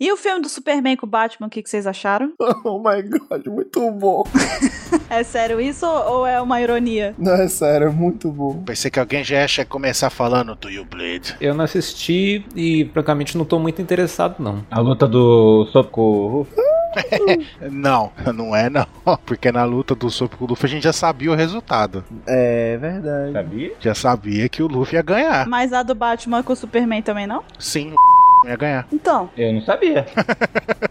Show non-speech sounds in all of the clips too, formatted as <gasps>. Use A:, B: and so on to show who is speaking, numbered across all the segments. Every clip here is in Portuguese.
A: E o filme do Superman com o Batman, o que, que vocês acharam?
B: Oh my god, muito bom.
A: É sério isso ou é uma ironia?
B: Não, é sério, é muito bom.
C: Pensei que alguém já ia começar falando Do You Bleed?
D: Eu não assisti e, francamente, não tô muito interessado, não.
E: A luta do socorro.
C: não, <laughs> não é não. Porque na luta do Sopo com o Luffy a gente já sabia o resultado.
B: É verdade.
E: Sabia?
C: Já sabia que o Luffy ia ganhar.
A: Mas a do Batman com o Superman também não?
C: Sim, <laughs> ia ganhar.
A: Então.
E: Eu não sabia.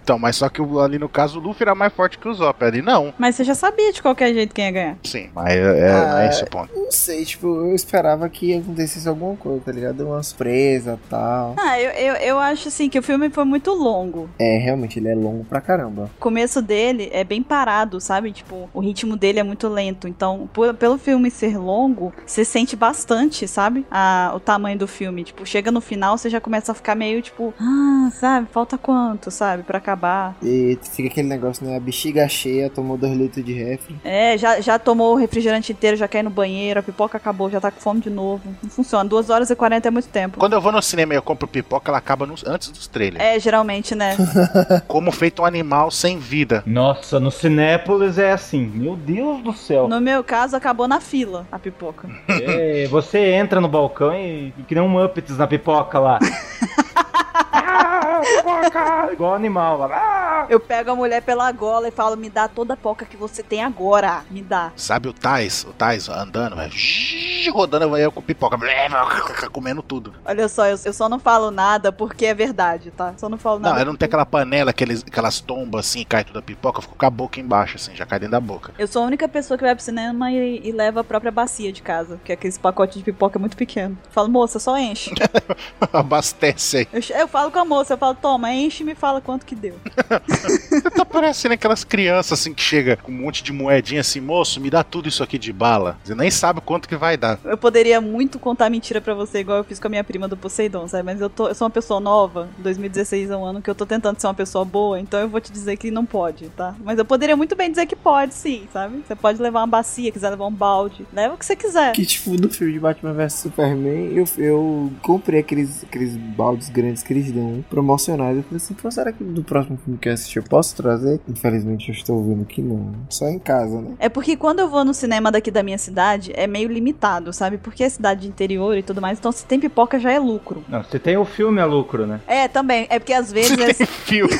C: Então, mas só que o- ali no caso o Luffy era mais forte que o Zop. Ali não.
A: Mas você já sabia de qualquer jeito quem ia ganhar.
C: Sim, mas é, é-
B: Ah,
C: é esse o ponto.
B: Não sei, tipo, eu esperava que acontecesse alguma coisa, tá ligado? Uma surpresa e tal.
A: Ah, eu, eu, eu acho assim que o filme foi muito longo.
B: É, realmente, ele é longo pra caramba.
A: O começo dele é bem parado, sabe? Tipo, o ritmo dele é muito lento. Então, por- pelo filme ser longo, você sente bastante, sabe? A- o tamanho do filme. Tipo, chega no final, você já começa a ficar meio tipo, ah, sabe? Falta quanto, sabe? Pra acabar.
B: E fica aquele negócio, né? A bexiga cheia, tomou dois litros de refri.
A: É, já, já tomou o refrigerante inteiro, já quer ir no banheiro, a pipoca acabou, já tá com fome de novo. Não funciona. Duas horas e 40 é muito tempo.
C: Quando eu vou no cinema e eu compro pipoca, ela acaba nos- antes dos trailers.
A: É, geralmente,
C: <laughs>
A: né?
C: Então. Como feito um animal sem vida.
E: Nossa, no Cinépolis é assim. Meu Deus do céu.
A: No meu caso, acabou na fila a pipoca.
E: É, você entra no balcão e, e que nem um Muppets na pipoca lá. ah, pipoca! Igual animal lá. Ah!
A: Eu pego a mulher pela gola e falo, me dá toda a pipoca que você tem agora. Me dá.
C: Sabe o Tais? O Tais andando, vai, <laughs> zzzz, rodando, vai eu com pipoca, <laughs> blé, comendo tudo.
A: Olha só, eu, eu só não falo nada porque é verdade, tá? Só não falo
C: Não,
A: nada.
C: eu não tenho aquela panela, aqueles, aquelas tombas assim, cai toda a pipoca, eu fico com a boca embaixo, assim, já cai dentro da boca. <laughs>
A: Eu sou a única pessoa que vai pro cinema e, e leva a própria bacia de casa, que é aqueles pacotes de pipoca muito pequeno. Eu falo, moça, só
C: <laughs>
A: enche.
C: Abastece aí.
A: Eu, che- eu falo com a moça, eu falo, toma, enche e me fala quanto que deu.
C: Tá parecendo aquelas crianças assim que chega com um monte de moedinha assim, moço, me dá tudo isso aqui de bala. Você nem sabe quanto que vai dar. <laughs>
A: Eu poderia muito contar mentira pra você, igual eu fiz com a minha prima do Poseidon, sabe? Mas eu, tô, eu sou uma pessoa nova, 2016 é um ano que eu tô tentando ser uma pessoa boa, então eu vou te dizer que não pode, tá? Mas eu poderia muito bem dizer que pode, sim, sabe? Você pode levar uma bacia, quiser levar um balde, leva o que você quiser.
B: Que tipo, do filme de Batman vs Superman, eu, eu comprei aqueles, aqueles baldes grandes que eles dão promocionais. Eu falei assim, pô, será que do próximo filme que eu assistir eu posso trazer? Infelizmente eu estou vendo que não. Só em casa, né?
A: É porque quando eu vou no cinema daqui da minha cidade, é meio limitado, sabe? Porque é cidade de interior e tudo mais, então se tem pipoca já é lucro.
E: Não, você tem o filme a lucro, né?
A: É, também. É porque às vezes é
C: Filme.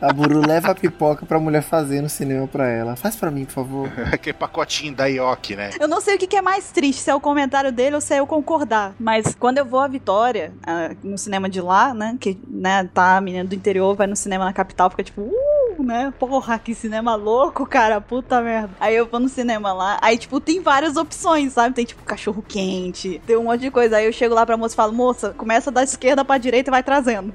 B: A Buru leva a pipoca pra mulher fazer no cinema pra ela. Faz pra mim, por favor.
C: Aquele pacotinho da Ioki, né?
A: Eu não sei o que, que é mais triste, se é o comentário dele ou se é eu concordar. Mas quando eu vou à Vitória, ah, no cinema de lá, né? Que né, tá a menina do interior, vai no cinema na capital, fica tipo, uh, né? Porra, que cinema louco, cara, puta merda. Aí eu vou no cinema lá, aí tipo, tem várias opções, sabe? Tem tipo cachorro quente, tem um monte de coisa. Aí eu chego lá pra moça e falo, moça, começa da esquerda pra direita e vai trazendo.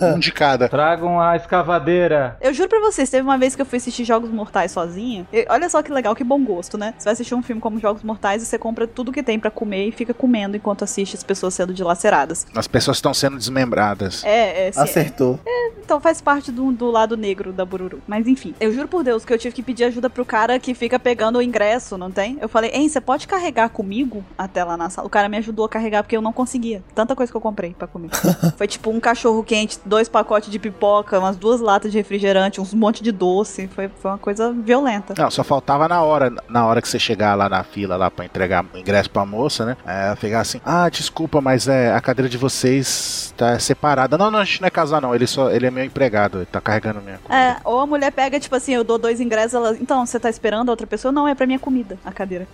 C: Um de cada.
E: Tragam a escavadeira.
A: Eu juro pra vocês, teve uma vez que eu fui assistir Jogos Mortais sozinha. E olha só que legal, que bom gosto, né? Você vai assistir um filme como Jogos Mortais e você compra tudo que tem pra comer e fica comendo enquanto assiste as pessoas sendo dilaceradas.
C: As pessoas estão sendo desmembradas.
A: É, é, sim.
B: Acertou.
A: Então faz parte do, do lado negro da Bururu. Mas enfim, eu juro por Deus que eu tive que pedir ajuda pro cara que fica pegando o ingresso, não tem? Eu falei, hein, você pode carregar comigo até lá na sala? O cara me ajudou a carregar porque eu não conseguia. Tanta coisa que eu comprei pra comer. Foi tipo um cachorro quente, dois pacotes de pipoca, umas duas latas de refrigerante, uns monte de doce. Foi, foi uma coisa violenta.
C: Não, só faltava na hora, na hora que você chegar lá na fila lá para entregar o ingresso pra moça, né? É, Ela pegar assim: "Ah, desculpa, mas é a cadeira de vocês tá separada". Não, não, a gente não é casal não, ele só ele é meu empregado, ele tá carregando minha comida.
A: É, ou a mulher pega, tipo assim, eu dou dois ingressos, ela. Então, você tá esperando a outra pessoa? Não, é pra minha comida, a cadeira.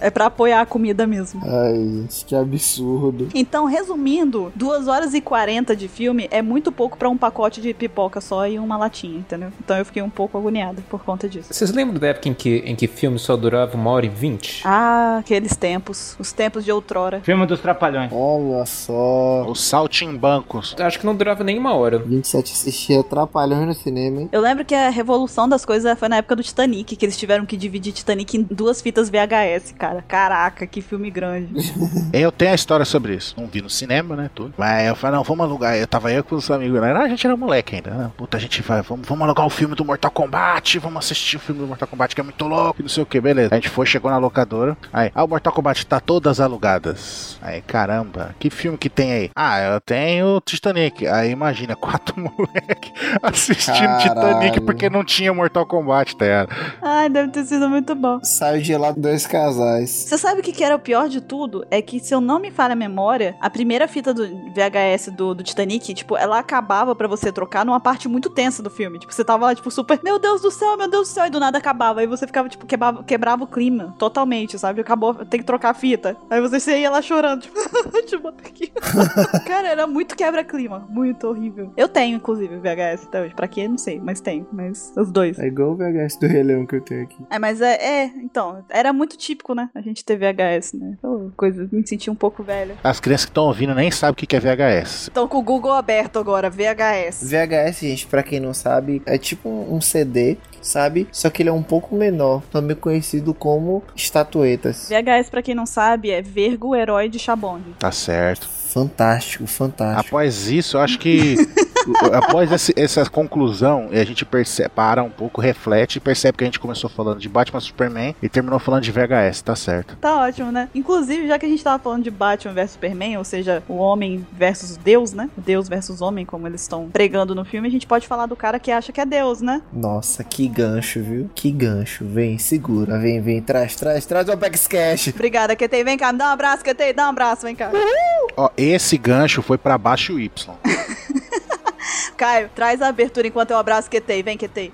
A: é pra apoiar a comida mesmo.
B: Ai, gente, que absurdo.
A: Então, resumindo, 2 horas e 40 de filme é muito pouco pra um pacote de pipoca só e uma latinha, entendeu? Então eu fiquei um pouco agoniada por conta disso.
D: Vocês lembram da época em que, em que filme só durava uma hora e vinte?
A: Ah, aqueles tempos, os tempos de outrora.
E: Filme dos Trapalhões.
B: Olha só.
C: Os saltimbancos.
D: Acho que não durava nem uma hora.
B: 27 assistia Trapalhões no cinema, hein?
A: Eu lembro que a revolução das coisas foi na época do Titanic, que eles tiveram que dividir Titanic em duas fitas VHS, cara. Caraca, que filme grande.
C: É, Eu tenho a história sobre isso. Não vi no cinema, né, tudo. Mas eu falei: "Não, vamos alugar". Eu tava eu com os amigos, né? Ah, A gente era moleque ainda, né? Puta, a gente vai, vamos, vamos alugar o filme do Mortal Kombat, vamos assistir o filme do Mortal Kombat que é muito louco, e não sei o que, beleza. A gente foi, chegou na locadora. Aí, ah, o Mortal Kombat tá todas alugadas. Aí, caramba, que filme que tem aí? Ah, eu tenho o Titanic. Aí imagina, <laughs> 4 moleque assistindo
B: Caralho.
C: Titanic porque não tinha Mortal Kombat, tá ligado?
A: Ai, deve ter sido muito bom.
B: Saiu de lá dois casais.
A: Você sabe o que, que era o pior de tudo? É que, se eu não me falha a memória, a primeira fita do VHS do, do Titanic, tipo, ela acabava pra você trocar numa parte muito tensa do filme. Tipo, você tava lá, tipo, super, meu Deus do céu, meu Deus do céu, e do nada acabava. Aí você ficava, tipo, quebrava, quebrava o clima totalmente, sabe? Acabou, tem que trocar a fita. Aí você, você ia lá chorando, tipo, <laughs> te bota aqui. Cara, era muito quebra-clima. Muito horrível. Eu tenho, inclusive, VHS até hoje. Pra quê? Não sei, mas tenho. Mas os dois.
B: É igual o VHS do Rei Leão que eu tenho aqui.
A: É, mas é, é, então, era muito típico, né? A gente ter VHS, né? Então, coisa, me senti um pouco velha.
C: As crianças que estão ouvindo nem sabem o que que é VHS.
A: Então, com o Google aberto agora, VHS.
B: VHS, gente, pra quem não sabe, é tipo um um CD, sabe? Só que ele é um pouco menor, também conhecido como estatuetas.
A: VHS, pra quem não sabe, é Vergo Herói de Chabong.
C: Tá certo.
B: Fantástico, fantástico.
C: Após isso, eu acho que. após esse- essa conclusão, a gente percebe, para um pouco, reflete e percebe que a gente começou falando de Batman Superman e terminou falando de VHS, tá certo.
A: Tá ótimo, né? Inclusive, já que a gente tava falando de Batman versus Superman, ou seja, o homem versus Deus, né? Deus versus homem, como eles estão pregando no filme, a gente pode falar do cara que acha que é Deus, né?
B: Nossa, que gancho, viu? Que gancho. Vem, segura, vem, vem, traz, traz, traz o Apex Cash.
A: Obrigada, QT. Vem cá, me dá um abraço, QT. Dá um abraço, vem cá.
C: Ó, esse gancho foi pra baixo o Y.
A: Caio, traz a abertura enquanto eu abraço QT. Vem, Uh! QT.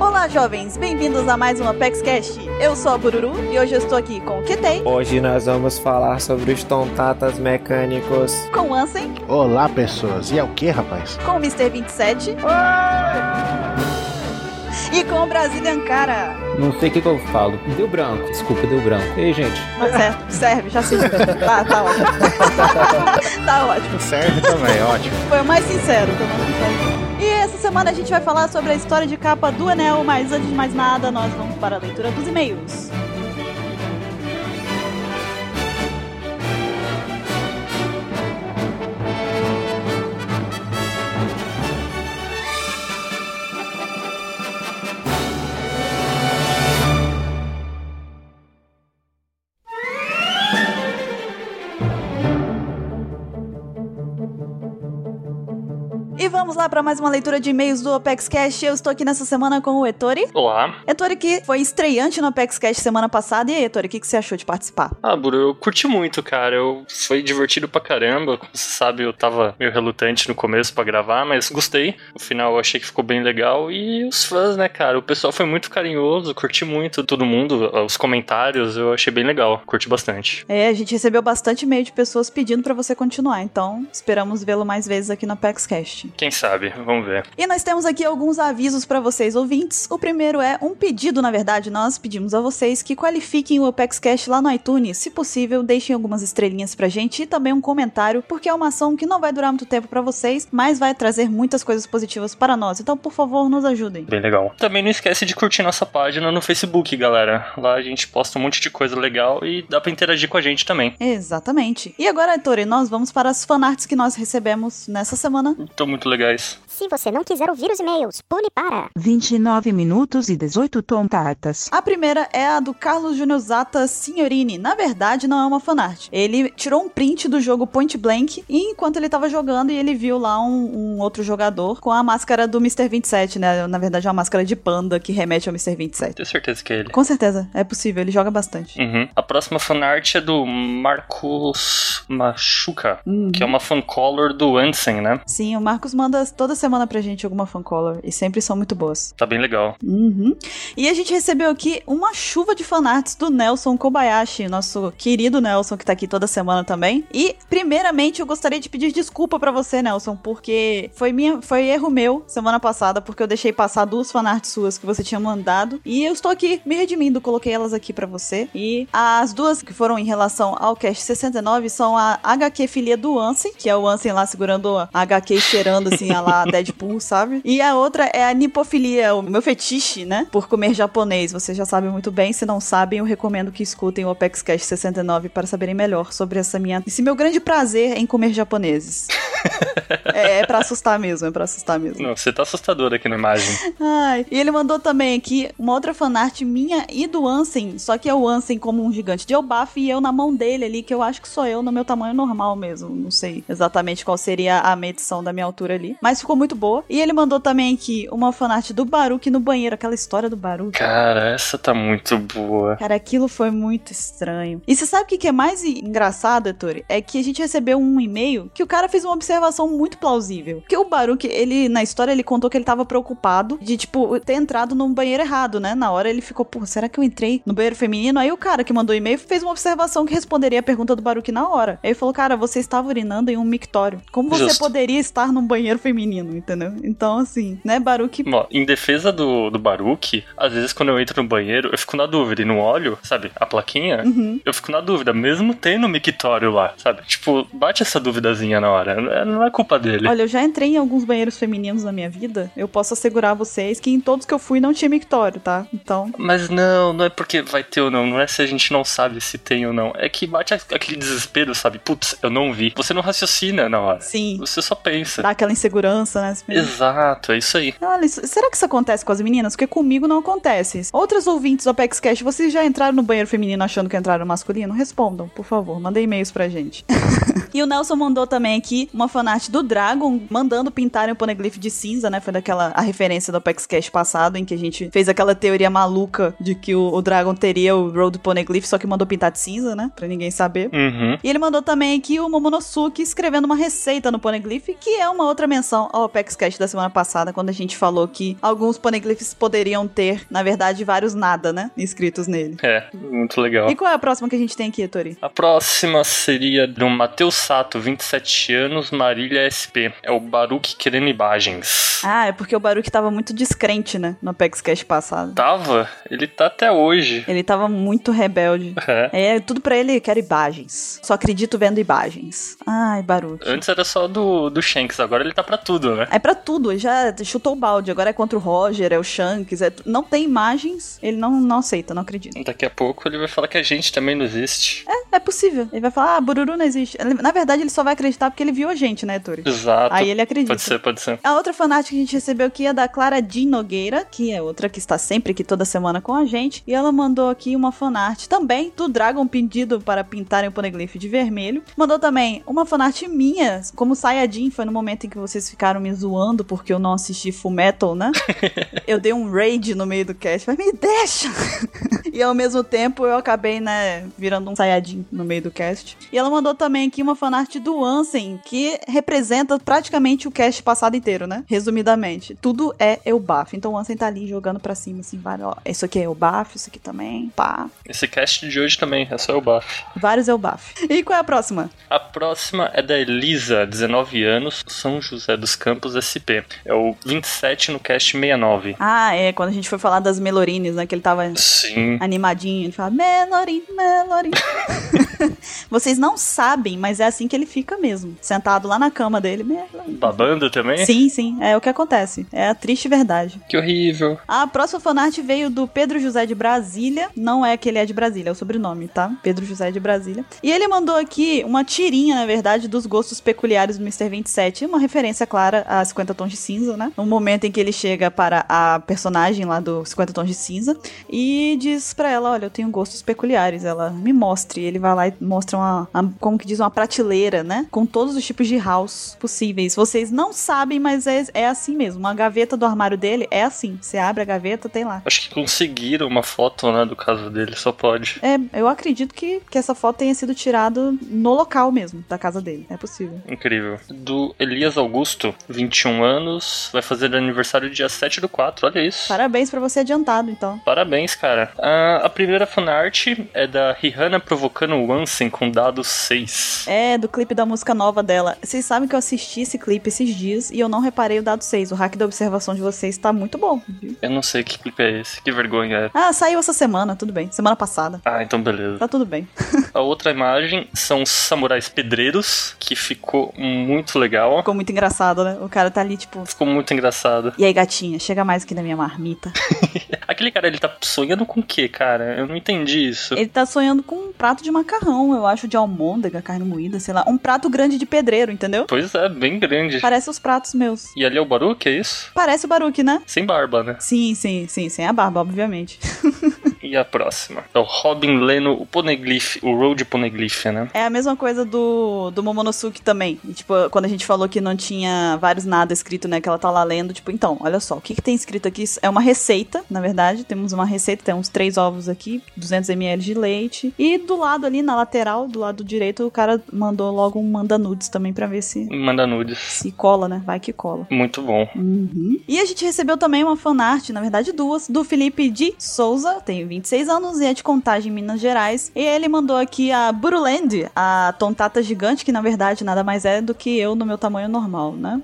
A: Olá, jovens! Bem-vindos a mais um ApexCast. Eu sou a Bururu e hoje eu estou aqui com o Ketei,
B: Hoje nós vamos falar sobre os tontatas mecânicos.
A: com o Ansem,
C: Olá, pessoas. E é o que, rapaz?
A: com o Mr. 27 e com o Brazilian Cara.
D: Não sei o que, que eu falo. Deu branco. Desculpa, deu branco. Ei, gente.
A: Tá certo, serve, já serviu. Tá, tá ótimo. <laughs> tá ótimo.
C: Serve também, <laughs> ótimo.
A: Foi o mais sincero, foi o mais sincero. E essa semana a gente vai falar sobre a história de capa do Anel, mas antes de mais nada, nós vamos para a leitura dos e-mails. E vamos lá para mais uma leitura de e-mails do Apex Cash. Eu estou aqui nessa semana com o Ettore.
F: Olá.
A: Ettore que foi estreante no Apex Cash semana passada. E aí, Ettore, o que, que você achou de participar?
F: Ah, Buru, eu curti muito, cara. Eu foi divertido pra caramba. Como você sabe, eu tava meio relutante no começo pra gravar, mas gostei. No final eu achei que ficou bem legal. E os fãs, né, cara? O pessoal foi muito carinhoso, curti muito todo mundo. Ah, Os comentários eu achei bem legal, curti bastante.
A: É, a gente recebeu bastante e-mail de pessoas pedindo para você continuar, então esperamos vê-lo mais vezes aqui no Apex Cash.
F: Quem sabe? Vamos ver.
A: E nós temos aqui alguns avisos para vocês ouvintes. O primeiro é um pedido, na verdade, nós pedimos a vocês que qualifiquem o Apex Cash lá no iTunes. Se possível, deixem algumas estrelinhas pra gente e também um comentário, porque é uma ação que não vai durar muito tempo para vocês, mas vai trazer muitas coisas positivas para nós. Então, por favor, nos ajudem.
F: Bem legal. Também não esquece de curtir nossa página no Facebook, galera. Lá a gente posta um monte de coisa legal e dá pra interagir com a gente também.
A: Exatamente. E agora, Ettore, nós vamos para as fanarts que nós recebemos nessa semana.
F: Então, muito legais.
G: Se você não quiser ouvir os e-mails, pule para.
H: 29 minutos e 18 tontatas.
A: A primeira é a do Carlos Júnior Zata Signorini. Na verdade, não é uma fanart. Ele tirou um print do jogo Point Blank e enquanto ele tava jogando, e ele viu lá um, um outro jogador com a máscara do Mr. 27, né? Na verdade, é uma máscara de panda que remete ao Mr. 27.
F: Tenho certeza que é ele.
A: Com certeza, é possível, ele joga bastante.
F: Uhum. A próxima fanart é do Marcos Machuca, que é uma fancolor do Ansem, né?
A: Sim, o Marcos manda toda semana pra gente alguma fancolor e sempre são muito boas.
F: Tá bem legal.
A: Uhum. E a gente recebeu aqui uma chuva de fanarts do Nelson Kobayashi, nosso querido Nelson que tá aqui toda semana também. E primeiramente eu gostaria de pedir desculpa pra você, Nelson, porque foi minha, foi erro meu semana passada porque eu deixei passar duas fanarts suas que você tinha mandado e eu estou aqui me redimindo, coloquei elas aqui pra você. E as duas que foram em relação ao cast 69 são a HQ Filia do Ansem, que é o Ansem lá segurando a HQ e cheirando assim a lá Deadpool, sabe? E a outra é a nipofilia, o meu fetiche, né? Por comer japonês. Vocês já sabem muito bem. Se não sabem, eu recomendo que escutem o Apex Cash 69 para saberem melhor sobre essa minha. Esse meu grande prazer em comer japoneses. é, é pra assustar mesmo, é pra assustar mesmo.
F: Não, você tá assustador aqui na imagem.
A: Ai, e ele mandou também aqui uma outra fanart minha e do Ansem, só que é o Ansem como um gigante de Elbaf e eu na mão dele ali, que eu acho que sou eu no meu tamanho normal mesmo. Não sei exatamente qual seria a medição da minha altura ali, mas ficou muito boa. E ele mandou também aqui uma fanart do Baruque no banheiro, aquela história do Baruque.
F: Cara, essa tá muito boa.
A: Cara, aquilo foi muito estranho. E você sabe o que que é mais e- engraçado, Ettore? É que a gente recebeu um e-mail que o cara fez uma observação muito plausível. Que o Baruch, ele, na história, ele contou que ele tava preocupado de, tipo, ter entrado num banheiro errado, né? Na hora ele ficou, pô, será que eu entrei no banheiro feminino? Aí o cara que mandou o e-mail fez uma observação que responderia a pergunta do Baruch na hora. Aí ele falou, cara, você estava urinando em um mictório. Como você
F: Justo.
A: poderia estar num banheiro feminino, entendeu? Então, assim, né, Baruch
F: Ó, em defesa do, do Baruque, às vezes quando eu entro no banheiro, eu fico na dúvida. E não olho, sabe, a plaquinha,
A: Uhum.
F: eu fico na dúvida, mesmo tendo o mictório lá, sabe? Tipo, bate essa duvidazinha na hora. Não é- Não é culpa dele.
A: Olha, eu já entrei em alguns banheiros femininos na minha vida. Eu posso assegurar a vocês que em todos que eu fui não tinha mictório, tá? Então,
F: Mas não, não é porque vai ter ou não, não é se a gente não sabe se tem ou não. É que bate a- aquele desespero, sabe? Putz, eu não vi. Você não raciocina na hora.
A: sim,
F: Você só pensa.
A: dá aquela insegurança, né? Você pensa,
F: Exato, é isso aí.
A: Olha, isso- será que isso acontece com as meninas? Porque comigo não acontece. Outras ouvintes do Apex Cash, vocês já entraram no banheiro feminino achando que entraram no masculino? Respondam, por favor. Mandem e-mails pra gente. <laughs> e o Nelson mandou também aqui uma fanart do Dragon, mandando pintarem o poneglyph de cinza, né? Foi daquela a referência do Apex Cash passado, em que a gente fez aquela teoria maluca de que o, o Dragon teria o Road Poneglyph, só que mandou pintar de cinza, né? Pra ninguém saber.
F: Uhum.
A: E ele mandou também aqui o Momonosuke escrevendo uma receita no Poneglyph, que é uma outra menção ao Apex Cash da semana passada, quando a gente falou que alguns Poneglyphs poderiam ter, na verdade, vários nada, né? Escritos nele.
F: É, muito legal.
A: E qual é a próxima que a gente tem aqui, Tori?
F: A próxima seria do Matheus Sato, 27 anos, Marília SP. É o Baruque querendo imagens.
A: Ah, é porque o Baruch tava muito descrente, né? No Apex Cash passado.
F: Tava? Ele tá até hoje.
A: Ele tava muito rebelde.
F: É.
A: É, tudo pra ele, quero imagens. Só acredito vendo imagens. Ai, Baruch.
F: Antes era só do, do Shanks, agora ele tá pra tudo, né?
A: É pra tudo, ele já chutou o balde, agora é contra o Roger, é o Shanks, é... não tem imagens, ele não, não aceita, não acredita.
F: Daqui a pouco ele vai falar que a gente também não existe.
A: É possível. Ele vai falar, ah, Bururu não existe. Ele- na verdade, ele só vai acreditar porque ele viu a gente, né, Tori?
F: Exato.
A: Aí ele acredita.
F: Pode ser, pode ser.
A: A outra fanática que a gente recebeu aqui é da Clara Jean Nogueira, que é outra que está sempre aqui toda semana com a gente. E ela mandou aqui uma fanart também do Dragon pedido para pintarem o Poneglyph de vermelho. Mandou também uma fanart minha, como Sayajin, foi no momento em que vocês ficaram me zoando porque eu não assisti Full Metal, né? eu dei um raid no meio do cast, mas me deixa! e ao mesmo tempo eu acabei, né, virando um Sayajin no meio do cast. E ela mandou também aqui uma fanart do Ansem, que representa praticamente o cast passado inteiro, né? Resumidamente, tudo é eu bafo. Então o Ansem tá ali jogando pra cima, assim, vários, ó, isso aqui é eu bafo, isso aqui também, pá.
F: Esse cast de hoje também, é só eu bafo.
A: Vários eu bafo. E qual é a próxima?
F: A próxima é da Elisa, 19 anos, São José dos Campos SP. É o 27 no cast 69.
A: Ah, é, quando a gente foi falar das Melorines, né, que ele tava
F: Sim.
A: animadinho, ele fala Melorin, Melorin. <laughs> Vocês não sabem, mas é assim que ele fica mesmo, sentado lá na cama dele. Melorin.
F: Babando também?
A: Sim, sim, é o que acontece. É a triste verdade.
F: Que horrível.
A: A próxima fanart veio do Pedro José de Brasília. Não é que ele é de Brasília, é o sobrenome, tá? Pedro José de Brasília. E ele mandou aqui uma tirinha, na verdade, dos gostos peculiares do Mr. 27. Uma referência clara a 50 Tons de Cinza, né? No momento em que ele chega para a personagem lá do 50 Tons de Cinza e diz pra ela: Olha, eu tenho gostos peculiares. Ela me mostre. Ele vai lá e mostra uma, uma- como que diz, uma prateleira, né? Com todos os tipos de house possíveis. Vocês não sabem, mas é, é assim mesmo. Uma gaveta do armário dele é assim. Você abre a gaveta, tem lá.
F: Acho que conseguiram uma foto, né, do caso dele, só pode.
A: É, eu acredito que, que essa foto tenha sido tirada no local mesmo, da casa dele. É possível.
F: Incrível. Do Elias Augusto, 21 anos, vai fazer aniversário dia 7 do 4, olha isso.
A: Parabéns pra você adiantado, então.
F: Parabéns, cara. Ah, a primeira fanart é da Rihanna provocando o Hansen com dado 6.
A: É, do clipe da música nova dela. Vocês sabem que eu assisti esse clipe esses dias e eu não reparei o dado 6. O hack da observação de vocês tá muito bom. viu?
F: Eu não sei que clipe é esse, que vergonha é.
A: Ah, saiu essa semana, tudo bem. Semana passada.
F: Ah, então beleza.
A: Tá tudo bem.
F: A outra imagem são os samurais pedreiros, que ficou muito legal.
A: Ficou muito engraçado, né? O cara tá ali, tipo.
F: Ficou muito engraçado.
A: E aí, gatinha, chega mais aqui na minha marmita.
F: Aquele cara, ele tá sonhando com o quê, cara? Eu não entendi isso.
A: Ele tá sonhando com um prato de macarrão, eu acho, de almôndega, carne moída, sei lá. Um prato grande de pedreiro, entendeu?
F: Pois é, bem grande.
A: Parece os pratos meus.
F: E ali é o Baruque, é isso?
A: Parece o Baruque, né?
F: Sem barba, né?
A: Sim, sim, sim, sem a barba, obviamente.
F: E a próxima? É o Robin Leno, o Poneglyph, o Road Poneglyph, né?
A: É a mesma coisa do, do Momonosuke também. E, tipo, quando a gente falou que não tinha vários nada escrito, né? Que ela tá lá lendo. Tipo, então, olha só, o que, que tem escrito aqui? Isso É uma receita, na verdade. Temos uma receita, tem uns três ovos aqui, 200ml de leite. E do lado ali, na lateral, do lado direito, o cara mandou logo um manda nudes também pra ver se,
F: Manda nudes.
A: se cola, né? Vai que cola.
F: Muito bom.
A: Uhum. E a gente recebeu também uma fanart, na verdade duas, do Felipe de Souza, tem 26 anos e é de Contagem, Minas Gerais. E ele mandou aqui a Buruland, a tontata gigante, que na verdade nada mais é do que eu no meu tamanho normal,
F: <laughs>
A: né?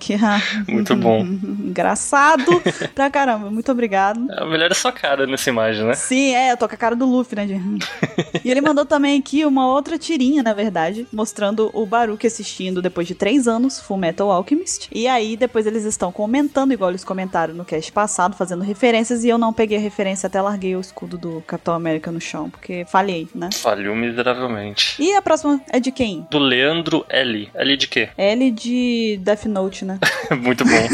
A: Que, ah,
F: Muito bom.
A: <laughs> Engraçado pra caramba, muito obrigado.
F: A mulher é só cara nessa imagem, né?
A: Sim, é, eu tô com a cara do Luffy, né? de- e ele mandou também aqui uma outra tirinha, na verdade, mostrando o Baruch assistindo depois de três anos Full Metal Alchemist. E aí, depois eles estão comentando, igual eles comentaram no cast passado, fazendo referências, e eu não peguei a referência, até larguei o escudo do Capitão América no chão, porque falhei, né?
F: Falhou miseravelmente.
A: E a próxima é de quem?
F: Do Leandro L. L de quê?
A: L de Death Note, né?
F: <laughs> Muito bom.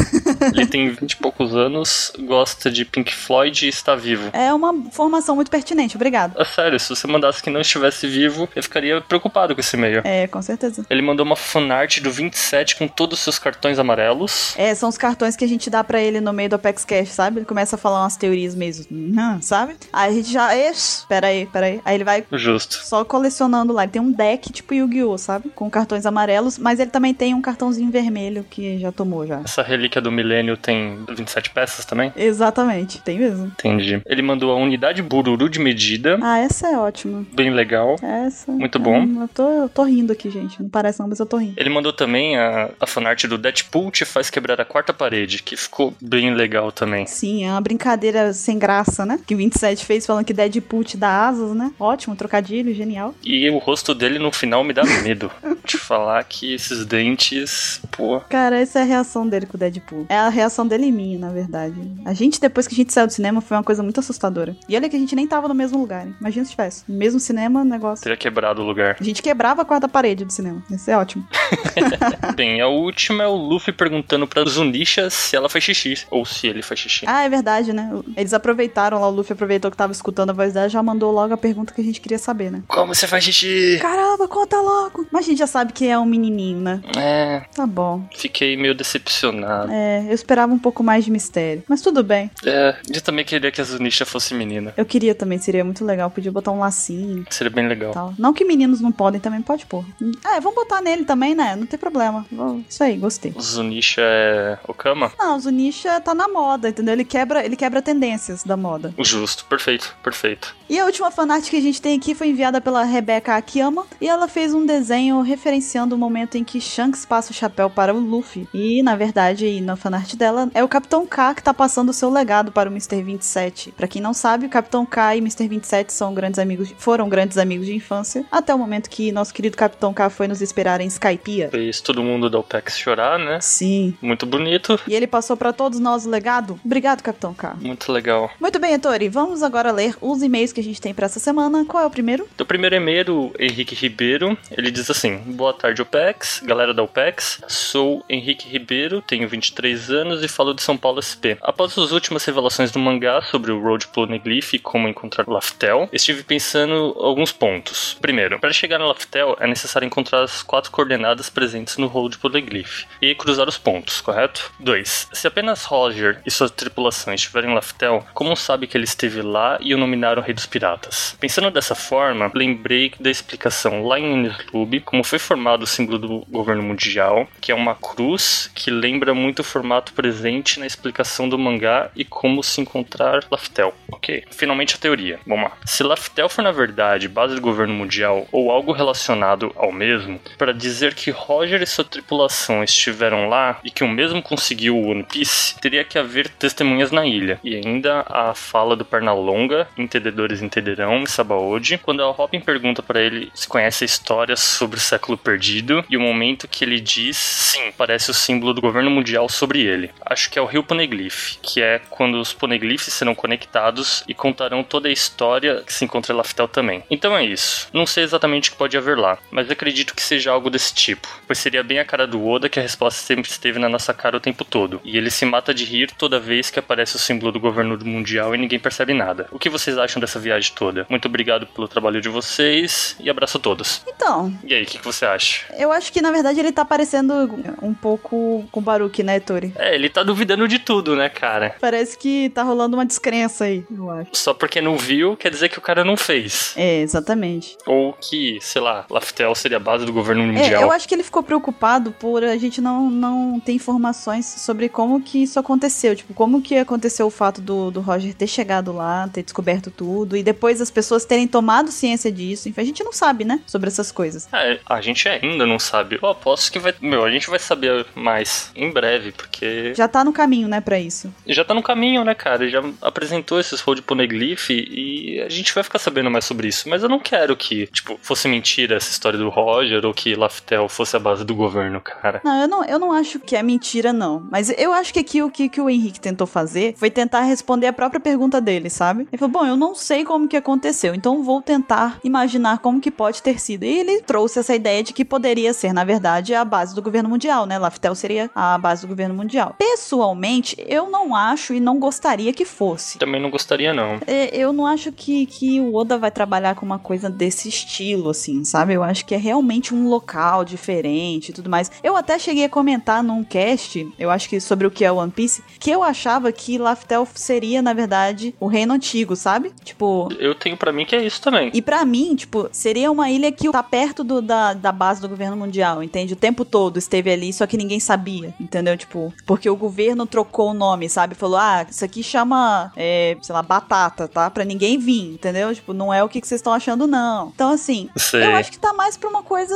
F: Ele tem 20 e poucos anos, gosta de Pink Floyd e está vivo.
A: É uma formação muito pertinente, obrigado.
F: Ah, sério, se você mandasse que não estivesse vivo, eu ficaria preocupado com esse e-mail.
A: É, com certeza.
F: Ele mandou uma fanart do 27 com todos os seus cartões amarelos.
A: É, são os cartões que a gente dá pra ele no meio do Apex Cash, sabe? Ele começa a falar umas teorias meio, "Hum", sabe? Aí a gente já, "Ixi, peraí, peraí. Aí ele vai
F: Justo.
A: só colecionando lá. Ele tem um deck tipo Yu-Gi-Oh, sabe? Com cartões amarelos, mas ele também tem um cartãozinho vermelho que já tomou já.
F: Essa relíquia do milênio tem 27 peças também?
A: Exatamente, tem mesmo.
F: Entendi. Ele mandou a unidade bururu de medida.
A: Ah, essa é ótima.
F: Bem legal.
A: Essa.
F: Muito bom.
A: Hum, eu, tô, eu tô rindo aqui, gente. Não parece não, mas eu tô rindo.
F: Ele mandou também a, a fanart do Deadpool te faz quebrar a quarta parede, que ficou bem legal também.
A: Sim, é uma brincadeira sem graça, né? Que 27 fez falando que Deadpool te dá asas, né? Ótimo, trocadilho, genial.
F: E o rosto dele no final me dá
A: <laughs>
F: medo. Te falar que esses dentes, pô,
A: Cara, essa é a reação dele com o Deadpool. É a reação dele e minha, na verdade. A gente, depois que a gente saiu do cinema, foi uma coisa muito assustadora. E olha que a gente nem tava no mesmo lugar, hein? Imagina se tivesse. No mesmo cinema, um negócio.
F: teria quebrado o lugar.
A: A gente quebrava a quarta parede do cinema. Isso é ótimo.
F: Bem, a última é o Luffy perguntando pra Zunisha se ela faz xixi, ou se ele faz xixi.
A: Ah, é verdade, né? Eles aproveitaram lá, o Luffy aproveitou que tava escutando a voz dela, já mandou logo a pergunta que a gente queria saber, né?
F: Como você faz xixi?
A: Caramba, conta logo! Mas a gente já sabe que é um menininho, né?
F: É,
A: Tá bom.
F: fiquei meio decepcionado.
A: É, eu esperava um pouco mais de mistério. Mas tudo bem.
F: É, eu também queria que a Zunisha fosse menina.
A: Eu queria também, seria muito legal. Podia botar um lacinho.
F: Seria bem legal.
A: Tal. Não que meninos não podem, também pode pôr. É, vamos botar nele também, né? Não tem problema. Vou- Isso aí, gostei.
F: Zunisha é Okama?
A: Não, o Zunisha tá na moda, entendeu? Ele quebra, ele quebra tendências da moda.
F: Justo, perfeito, perfeito.
A: E a última fanart que a gente tem aqui foi enviada pela Rebecca Akiyama e ela fez um desenho referenciando o momento em que Shanks passa o chapéu para o Luffy. E, na verdade, aí na fanart dela, é o Capitão K que tá passando o seu legado para o Mr. 27. Pra quem não sabe, o Capitão K e Mr. 27 são grandes amigos, foram grandes amigos de infância, até o momento que nosso querido Capitão K foi nos esperar em Skypiea.
F: Fez todo mundo da OPEX chorar, né?
A: Sim.
F: Muito bonito,
A: E ele passou pra todos nós o legado. Obrigado, Capitão K.
F: muito legal.
A: Muito bem, Ettore, vamos agora ler os e-mails que a gente tem pra essa semana. Qual é o primeiro?
F: Do primeiro e-mail, Henrique Ribeiro, ele diz assim: Boa tarde, OPEX, galera da OPEX. Sou Henrique Ribeiro, tenho 23 anos e falo de São Paulo SP. Após as últimas revelações do mangá sobre o Road Poneglyph e como encontrar Laftel, estive pensando alguns pontos. Primeiro, para chegar na Laftel é necessário encontrar as quatro coordenadas presentes no Road Poneglyph e cruzar os pontos, correto? 2. Se apenas Roger e sua tripulação estiverem em Laftel, como sabe que ele esteve lá e o nominaram Rei dos Piratas? Pensando dessa forma, lembrei da explicação lá em Unis Club como foi formado o símbolo do governo mundial, que é uma cruz que lembra muito o formato formato presente na explicação do mangá e como se encontrar Laftel. Ok, finalmente a teoria. Vamos lá. Se Laftel for na verdade base do governo mundial ou algo relacionado ao mesmo, para dizer que Roger e sua tripulação estiveram lá e que o mesmo conseguiu o One Piece, teria que haver testemunhas na ilha. E ainda a fala do Pernalonga, entendedores entenderão, e Sabaody, quando a Robin pergunta para ele se conhece a história sobre o século perdido e o momento que ele diz sim, parece o símbolo do governo mundial sobre ele. Acho que é o rio Poneglyph, que é quando os Poneglyphs serão conectados e contarão toda a história que se encontra em Laftel também. Então é isso. Não sei exatamente o que pode haver lá, mas acredito que seja algo desse tipo, pois seria bem a cara do Oda que a resposta sempre esteve na nossa cara o tempo todo. E ele se mata de rir toda vez que aparece o símbolo do governo mundial e ninguém percebe nada. O que vocês acham dessa viagem toda? Muito obrigado pelo trabalho de vocês e abraço a todos.
A: Então,
F: E aí, o que, que você acha?
A: eu acho que na verdade ele tá parecendo um pouco com o Baruki, né, Tori?
F: É, ele tá duvidando de tudo, né, cara?
A: Parece que tá rolando uma descrença aí, eu acho.
F: Só porque não viu, quer dizer que o cara não fez.
A: É, exatamente.
F: Ou que, sei lá, Laftel seria a base do governo
A: É,
F: mundial.
A: eu acho que ele ficou preocupado por a gente não, não ter informações sobre como que isso aconteceu. Tipo, como que aconteceu o fato do, do Roger ter chegado lá, ter descoberto tudo, e depois as pessoas terem tomado ciência disso. Enfim, a gente não sabe, né? Sobre essas coisas.
F: É, a gente ainda não sabe. Eu aposto que vai. Meu, a gente vai saber mais em breve, porque
A: Já tá no caminho, né, pra isso.
F: já tá no caminho, né, cara? Já apresentou esses road poneglyph e a gente vai ficar sabendo mais sobre isso. Mas eu não quero que, tipo, fosse mentira essa história do Roger ou que Laftel fosse a base do governo, cara.
A: Não, eu não, eu não acho que é mentira, não. Mas eu acho que aqui o que, que o Henrique tentou fazer foi tentar responder a própria pergunta dele, sabe? Ele falou: bom, eu não sei como que aconteceu, então vou tentar imaginar como que pode ter sido. E ele trouxe essa ideia de que poderia ser, na verdade, a base do governo mundial, né? Laftel seria a base do governo mundial. Pessoalmente, eu não acho e não gostaria que fosse.
F: Também não gostaria, não.
A: É, Eu não acho que, que o Oda vai trabalhar com uma coisa desse estilo, assim, sabe? Eu acho que é realmente um local diferente e tudo mais. Eu até cheguei a comentar num cast, eu acho que sobre o que é One Piece, que eu achava que Laftel seria, na verdade, o reino antigo, sabe? Tipo.
F: Eu tenho pra mim que é isso também.
A: E pra mim, tipo, seria uma ilha que tá perto do- da, da base do governo mundial, entende? O tempo todo esteve ali, só que ninguém sabia, entendeu? Tipo, porque o governo trocou o nome, sabe? Falou, ah, isso aqui chama, é, sei lá, batata, tá? Pra ninguém vir, entendeu? Tipo, não é o que que vocês estão achando, não. Então, assim,
F: Sei.
A: eu acho que tá mais pra uma coisa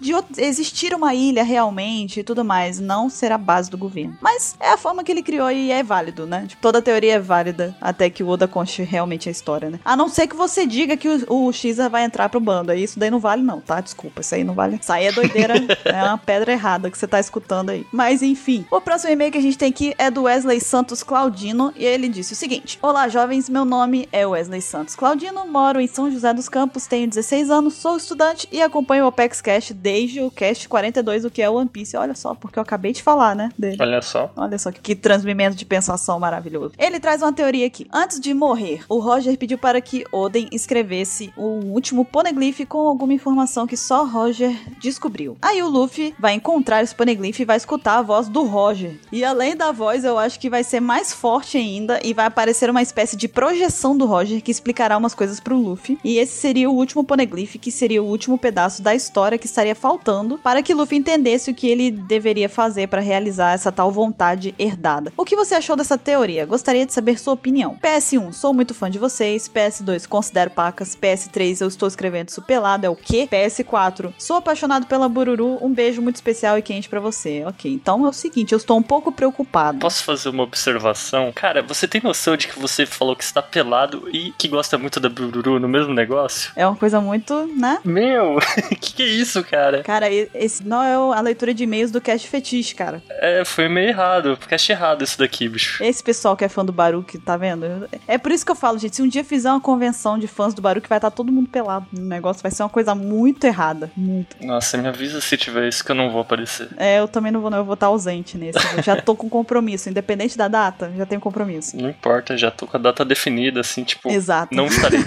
A: de o- existir uma ilha realmente e tudo mais, não ser a base do governo. Mas é a forma que ele criou e é válido, né? Tipo, toda teoria é válida até que o Oda conte realmente a história, né? A não ser que você diga que o, o Xer vai entrar pro bando. Aí isso daí não vale, não, tá? Desculpa, isso aí não vale. Isso aí é doideira, é uma pedra errada que você tá escutando aí. Mas enfim, o próximo e-mail que a gente tem aqui é do Wesley Santos Claudino e ele disse o seguinte: Olá, jovens, meu nome é Wesley Santos Claudino, moro em São José dos Campos, tenho 16 anos, sou estudante e acompanho o Apex Cash desde o Cast 42, o que é One Piece. Olha só, porque eu acabei de falar, né, dele.
F: Olha só.
A: Olha só que, que transmimento de pensação maravilhoso. Ele traz uma teoria aqui. Antes de morrer, o Roger pediu para que Oden escrevesse o último poneglyph com alguma informação que só Roger descobriu. Aí o Luffy vai encontrar esse poneglyph e vai escutar a voz do Roger. E além da voz, eu acho que vai ser mais forte ainda e vai aparecer uma espécie de projeção do Roger que explicará umas coisas pro Luffy. E esse seria o último poneglyph, que seria o último pedaço da história que estaria faltando para que Luffy entendesse o que ele deveria fazer para realizar essa tal vontade herdada. O que você achou dessa teoria? Gostaria de saber sua opinião. PS1, sou muito fã de vocês. PS2, considero pacas. PS3, eu estou escrevendo isso pelado, é o quê? PS4, sou apaixonado pela Bururu. Um beijo muito especial e quente para você. Ok, então é o seguinte, eu estou um pouco preocupado.
F: Posso fazer uma observação? Cara, você tem noção de que você falou que está pelado e que gosta muito da Bururu no mesmo negócio?
A: É uma coisa muito, né?
F: Meu, <laughs> que que é isso, cara?
A: Cara, e- esse não é o- a leitura de e-mails do cast fetiche, cara.
F: É, foi meio errado. Cast errado isso daqui, bicho.
A: Esse pessoal que é fã do Baruque, tá vendo? É por isso que eu falo, gente, se um dia fizer uma convenção de fãs do Baruque, vai estar todo mundo pelado. O negócio vai ser uma coisa muito errada. Muito.
F: Nossa, me avisa se tiver isso que eu não vou aparecer.
A: É, eu também não vou, não. Eu vou estar ausente nesse. Eu já tô com compromisso. Independente da data, já tenho compromisso.
F: Não importa, já tô com a data definida, assim, tipo,
A: Exato.
F: não estarei.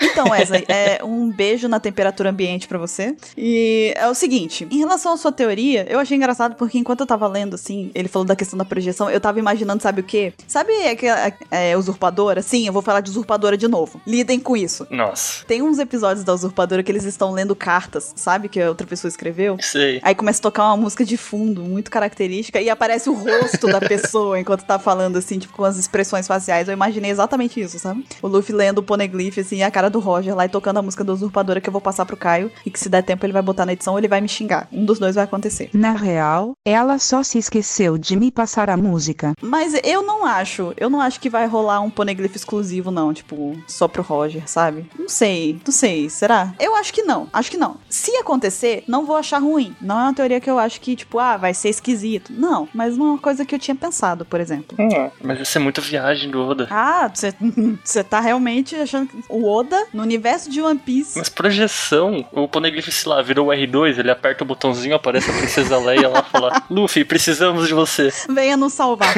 A: Então, Wesley, é, um beijo na temperatura ambiente pra você. E é o seguinte, em relação à sua teoria, eu achei engraçado porque enquanto eu tava lendo, assim, ele falou da questão da projeção, eu tava imaginando, sabe o quê? Sabe aquela é, usurpadora? Sim, eu vou falar de usurpadora de novo. Lidem com isso.
F: Nossa,
A: Tem uns episódios da usurpadora que eles estão lendo cartas, sabe? Que a outra pessoa escreveu.
F: sei.
A: Aí começa a tocar uma música de fundo, muito característica, e aparece aparece o rosto da pessoa enquanto tá falando, assim, tipo, com as expressões faciais. Eu imaginei exatamente isso, sabe? O Luffy lendo o Poneglyph, assim, e a cara do Roger lá e tocando a música do Usurpadora que eu vou passar pro Caio. E que se der tempo ele vai botar na edição ou ele vai me xingar. Um dos dois vai acontecer.
H: Na real, ela só se esqueceu de me passar a música.
A: Mas eu não acho, eu não acho que vai rolar um poneglyph exclusivo, não, tipo, só pro Roger, sabe? Não sei, não sei, será? Eu acho que não, acho que não. Se acontecer, não vou achar ruim. Não é uma teoria que eu acho que, tipo, ah, vai ser esquisito. Não, mas não é uma coisa que eu tinha pensado, por exemplo.
F: Ah, mas isso é muita viagem do Oda.
A: Ah, você <laughs> você tá realmente achando que o Oda, no universo de One Piece,
F: Mas projeção, o Poneglyph, sei lá, virou o R2, ele aperta o botãozinho, aparece a Princesa Leia lá e fala: Luffy, precisamos de você.
A: venha nos salvar.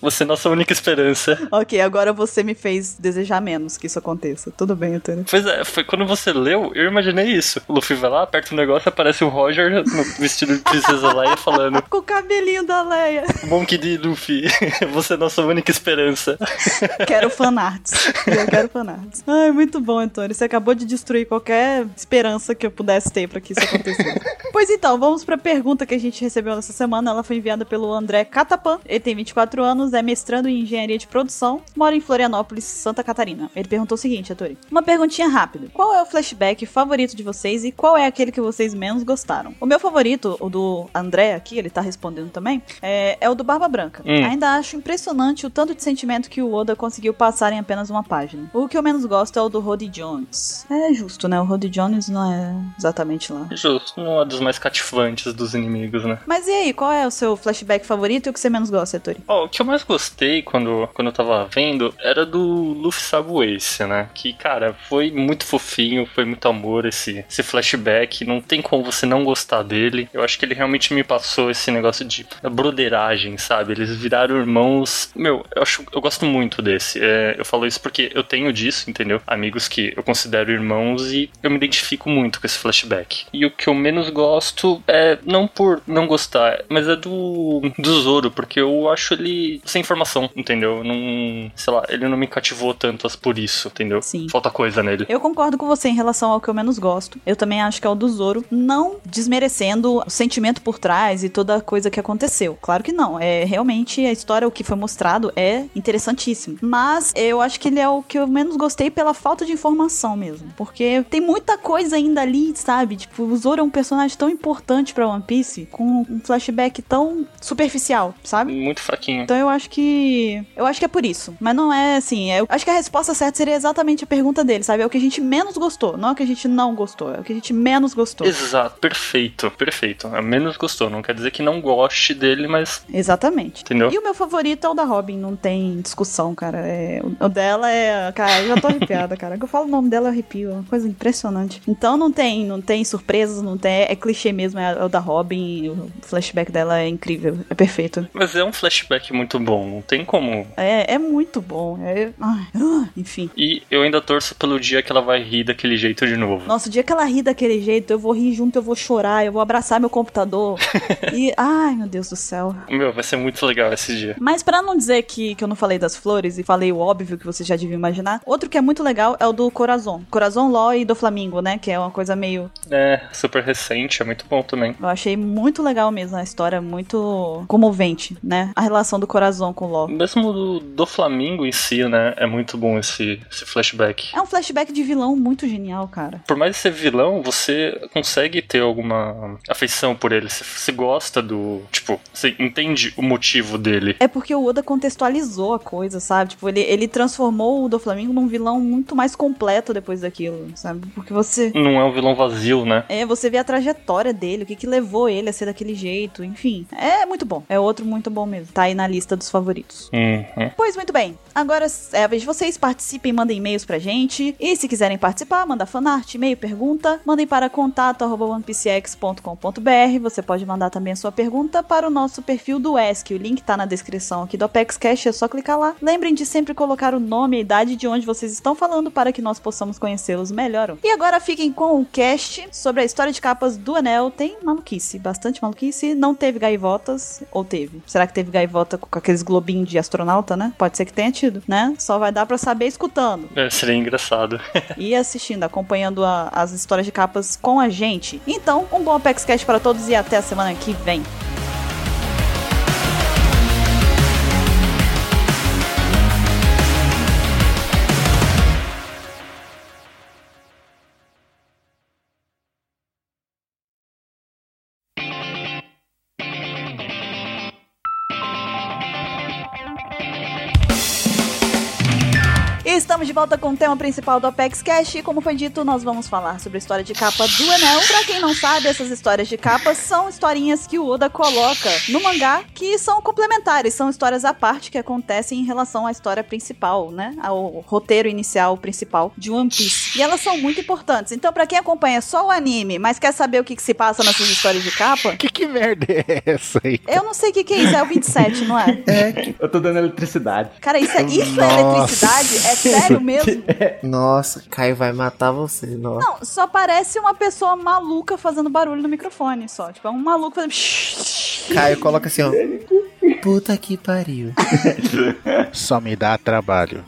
F: Você é nossa única esperança.
A: ok, agora você me fez desejar menos que isso aconteça. Tudo bem, Antônio.
F: Pois é, foi quando você leu, eu imaginei isso. O Luffy vai lá, aperta o negócio, aparece o Roger no vestido de Princesa Leia falando:
A: Com o cabelinho da Leia.
F: Monkey D. Luffy, <laughs> você é nossa única esperança.
A: Quero fanarts. Eu quero fanarts. Ai, muito bom, Antônio. Você acabou de destruir qualquer esperança que eu pudesse ter pra que isso acontecesse. pois então, vamos pra pergunta que a gente recebeu nessa semana. Ela foi enviada pelo André Catapan. Ele tem 24 anos, é mestrando em engenharia de produção, mora em Florianópolis, Santa Catarina. Ele perguntou o seguinte, Atori. Uma perguntinha rápida. Qual é o flashback favorito de vocês e qual é aquele que vocês menos gostaram? O meu favorito, o do André aqui, ele tá respondendo também, é, é o do Barba Branca.
F: Hum.
A: Ainda acho impressionante o tanto de sentimento que o Oda conseguiu passar em apenas uma página. O que eu menos gosto é o do Roddy Jones. É justo, né? O Roddy Jones não é exatamente lá.
F: Justo, um dos mais cativantes dos inimigos, né?
A: Mas e aí, qual é o seu flashback favorito e o que você menos gosta, Atori?
F: Ó, o que eu mais gostei quando, quando eu tava vendo era do Luffy Sabo Ace, né? Que, cara, foi muito fofinho, foi muito amor esse, esse flashback. Não tem como você não gostar dele. Eu acho que ele realmente me passou esse negócio de broderagem, sabe? Eles viraram irmãos. Meu, eu acho eu gosto muito desse. É, eu falo isso porque eu tenho disso, entendeu? Amigos que eu considero irmãos e eu me identifico muito com esse flashback. E o que eu menos gosto é, não por não gostar, mas é do, do Zoro, porque eu acho ele sem informação, entendeu? Não, sei lá, ele não me cativou tanto as- por isso, entendeu?
A: Sim.
F: Falta coisa nele.
A: Eu concordo com você em relação ao que eu menos gosto. Eu também acho que é o do Zoro, não desmerecendo o sentimento por trás e toda a coisa que aconteceu. Claro que não. É realmente a história, o que foi mostrado é interessantíssimo. Mas eu acho que ele é o que eu menos gostei pela falta de informação mesmo, porque tem muita coisa ainda ali, sabe? Tipo, o Zoro é um personagem tão importante pra One Piece com um flashback tão superficial, sabe?
F: Muito fraquinho.
A: Então eu acho que. Eu acho que é por isso. Mas não é assim. Eu acho que a resposta certa seria exatamente a pergunta dele, sabe? É o que a gente menos gostou. Não é o que a gente não gostou. É o que a gente menos gostou.
F: Exato, perfeito, perfeito. A menos gostou. Não quer dizer que não goste dele, mas.
A: Exatamente.
F: Entendeu?
A: E o meu favorito é o da Robin, não tem discussão, cara. É, o- o dela é. Cara, eu já tô arrepiada, cara. Quando eu falo o nome dela, eu arrepio. É uma coisa impressionante. Então não tem, não tem surpresas, não tem. É clichê mesmo, é, é o da Robin. O flashback dela é incrível, é perfeito.
F: Mas é um flashback muito bom, não tem como
A: É, é muito bom. É, ai, ah, enfim.
F: E eu ainda torço pelo dia que ela vai rir daquele jeito de novo.
A: Nossa, o dia que ela ri daquele jeito, eu vou rir junto, eu vou chorar, eu vou abraçar meu computador. e. Ai, meu Deus do céu.
F: Meu, vai ser muito legal esse dia.
A: Mas pra não dizer que, que eu não falei das flores e falei o óbvio que você já devia imaginar, outro que é muito legal é o do Corazon. Corazon Law e do Flamingo, né? Que é uma coisa meio.
F: É, super recente, é muito bom também.
A: Eu achei muito legal mesmo a história, muito comovente, né? A relação do Corazon com o Law.
F: Mesmo do, do Flamingo em si, né? É muito bom esse, esse flashback.
A: É um flashback de vilão muito genial, cara.
F: Por mais de ser vilão, você consegue ter alguma afeição por ele. Você, você gosta do. Tipo, você entende o motivo dele.
A: É porque o Oda contextualizou a coisa, sabe? Tipo, ele, ele transformou o do Flamingo num vilão muito mais completo depois daquilo, sabe? Porque você.
F: Não é um vilão vazio, né?
A: É, você vê a trajetória dele, o que, que levou ele a ser daquele jeito, enfim. É muito bom. É outro muito bom mesmo. Tá aí na lista dos favoritos.
F: Uhum.
A: Pois muito bem, agora é a vez de vocês, participem, mandem e-mails pra gente. E se quiserem participar, mandar fanart, e-mail, pergunta, mandem para contato.onepcx.com.br. Você pode mandar também a sua pergunta para o nosso perfil do ESC. O link tá na descrição aqui do Apex Cash, é só clicar lá. Lembrem de sempre colocar o nome e a idade de onde vocês estão falando para que nós possamos conhecê-los melhor. E agora fiquem com o cast sobre a história de capas do Anel. Tem maluquice, bastante maluquice. Não teve gaivotas, ou teve? Será que teve gaivota com aqueles globinhos de astronauta, né? Pode ser que tenha tido, né? Só vai dar pra saber escutando
F: É, seria engraçado.
A: e assistindo, acompanhando a- as histórias de capas com a gente. Então, um bom Apex Cash para todos e até a semana que vem. E estamos de volta com o tema principal do Apex Cash. E como foi dito, nós vamos falar sobre a história de capa do Enel. Pra quem não sabe, essas histórias de capa são historinhas que o Oda coloca no mangá que são complementares, são histórias à parte que acontecem em relação à história principal, né? Ao roteiro inicial principal de One Piece. E elas são muito importantes. Então, pra quem acompanha só o anime, mas quer saber o que, que se passa nessas histórias de capa,
C: Que que merda é essa aí?
A: eu não sei o que, que é isso. É o 27, não é?
E: Eu tô dando eletricidade.
A: Cara, isso é, isso é
C: Nossa.
A: eletricidade? É sério mesmo?
B: Nossa, Caio vai matar você. Nossa.
A: Não, só parece uma pessoa maluca fazendo barulho no microfone só. Tipo, é um maluco fazendo. <laughs>
B: Caio coloca assim, ó. Puta que pariu.
C: Só me dá trabalho.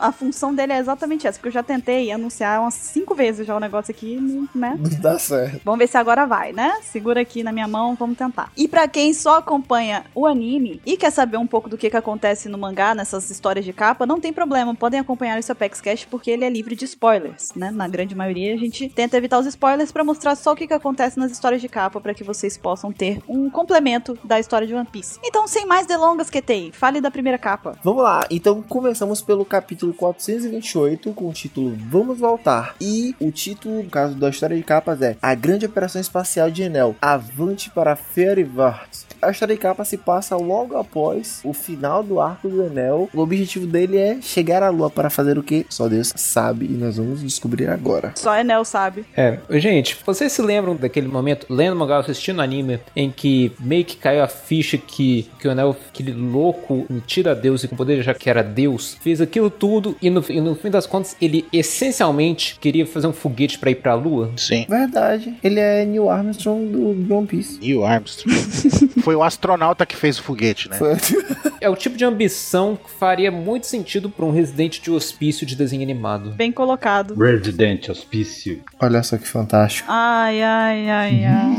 A: A função dele é exatamente essa, porque eu já tentei anunciar umas cinco vezes já o negócio aqui, né?
B: Não dá certo.
A: Vamos ver se agora vai, né? Segura aqui na minha mão, vamos tentar. E pra quem só acompanha o anime e quer saber um pouco do que, que acontece no mangá, nessas histórias de capa, não tem problema, podem acompanhar esse Apex Cash porque ele é livre de spoilers, né? Na grande maioria a gente tenta evitar os spoilers pra mostrar só o que, que acontece nas histórias de capa pra que vocês possam ter um complemento da história de One Piece. Então, sem mais delongas, QTI, fale da primeira capa.
B: Vamos lá, então começamos pelo capítulo 428 com o título Vamos Voltar. E o título, no caso da história de capas, é A Grande Operação Espacial de Enel Avante para Ferivart. A história de capa se passa logo após o final do arco do Enel. O objetivo dele é chegar à Lua para fazer o que só Deus sabe e nós vamos descobrir agora.
A: Só Enel sabe.
D: É, gente, vocês se lembram daquele momento, lendo mangá, assistindo anime, em que meio que caiu a ficha que, que o Anel, aquele louco, mentira Deus e com poder já que era Deus, fez aquilo tudo e no, e no fim das contas ele essencialmente queria fazer um foguete pra ir pra lua?
C: Sim.
B: Verdade, ele é Neil Armstrong do One Piece.
C: Neil Armstrong. Foi o astronauta que fez o foguete, né?
B: Foi-
D: É o tipo de ambição que faria muito sentido pra um residente de hospício de desenho animado.
A: Bem colocado.
E: Resident Hospício.
B: Olha só que fantástico.
A: Ai, ai, ai, ai.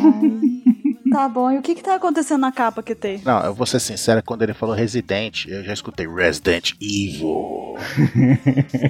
A: tá bom, e o que que tá acontecendo na capa que tem?
C: Não, eu vou ser sincero, quando ele falou Resident, eu já escutei Resident Evil.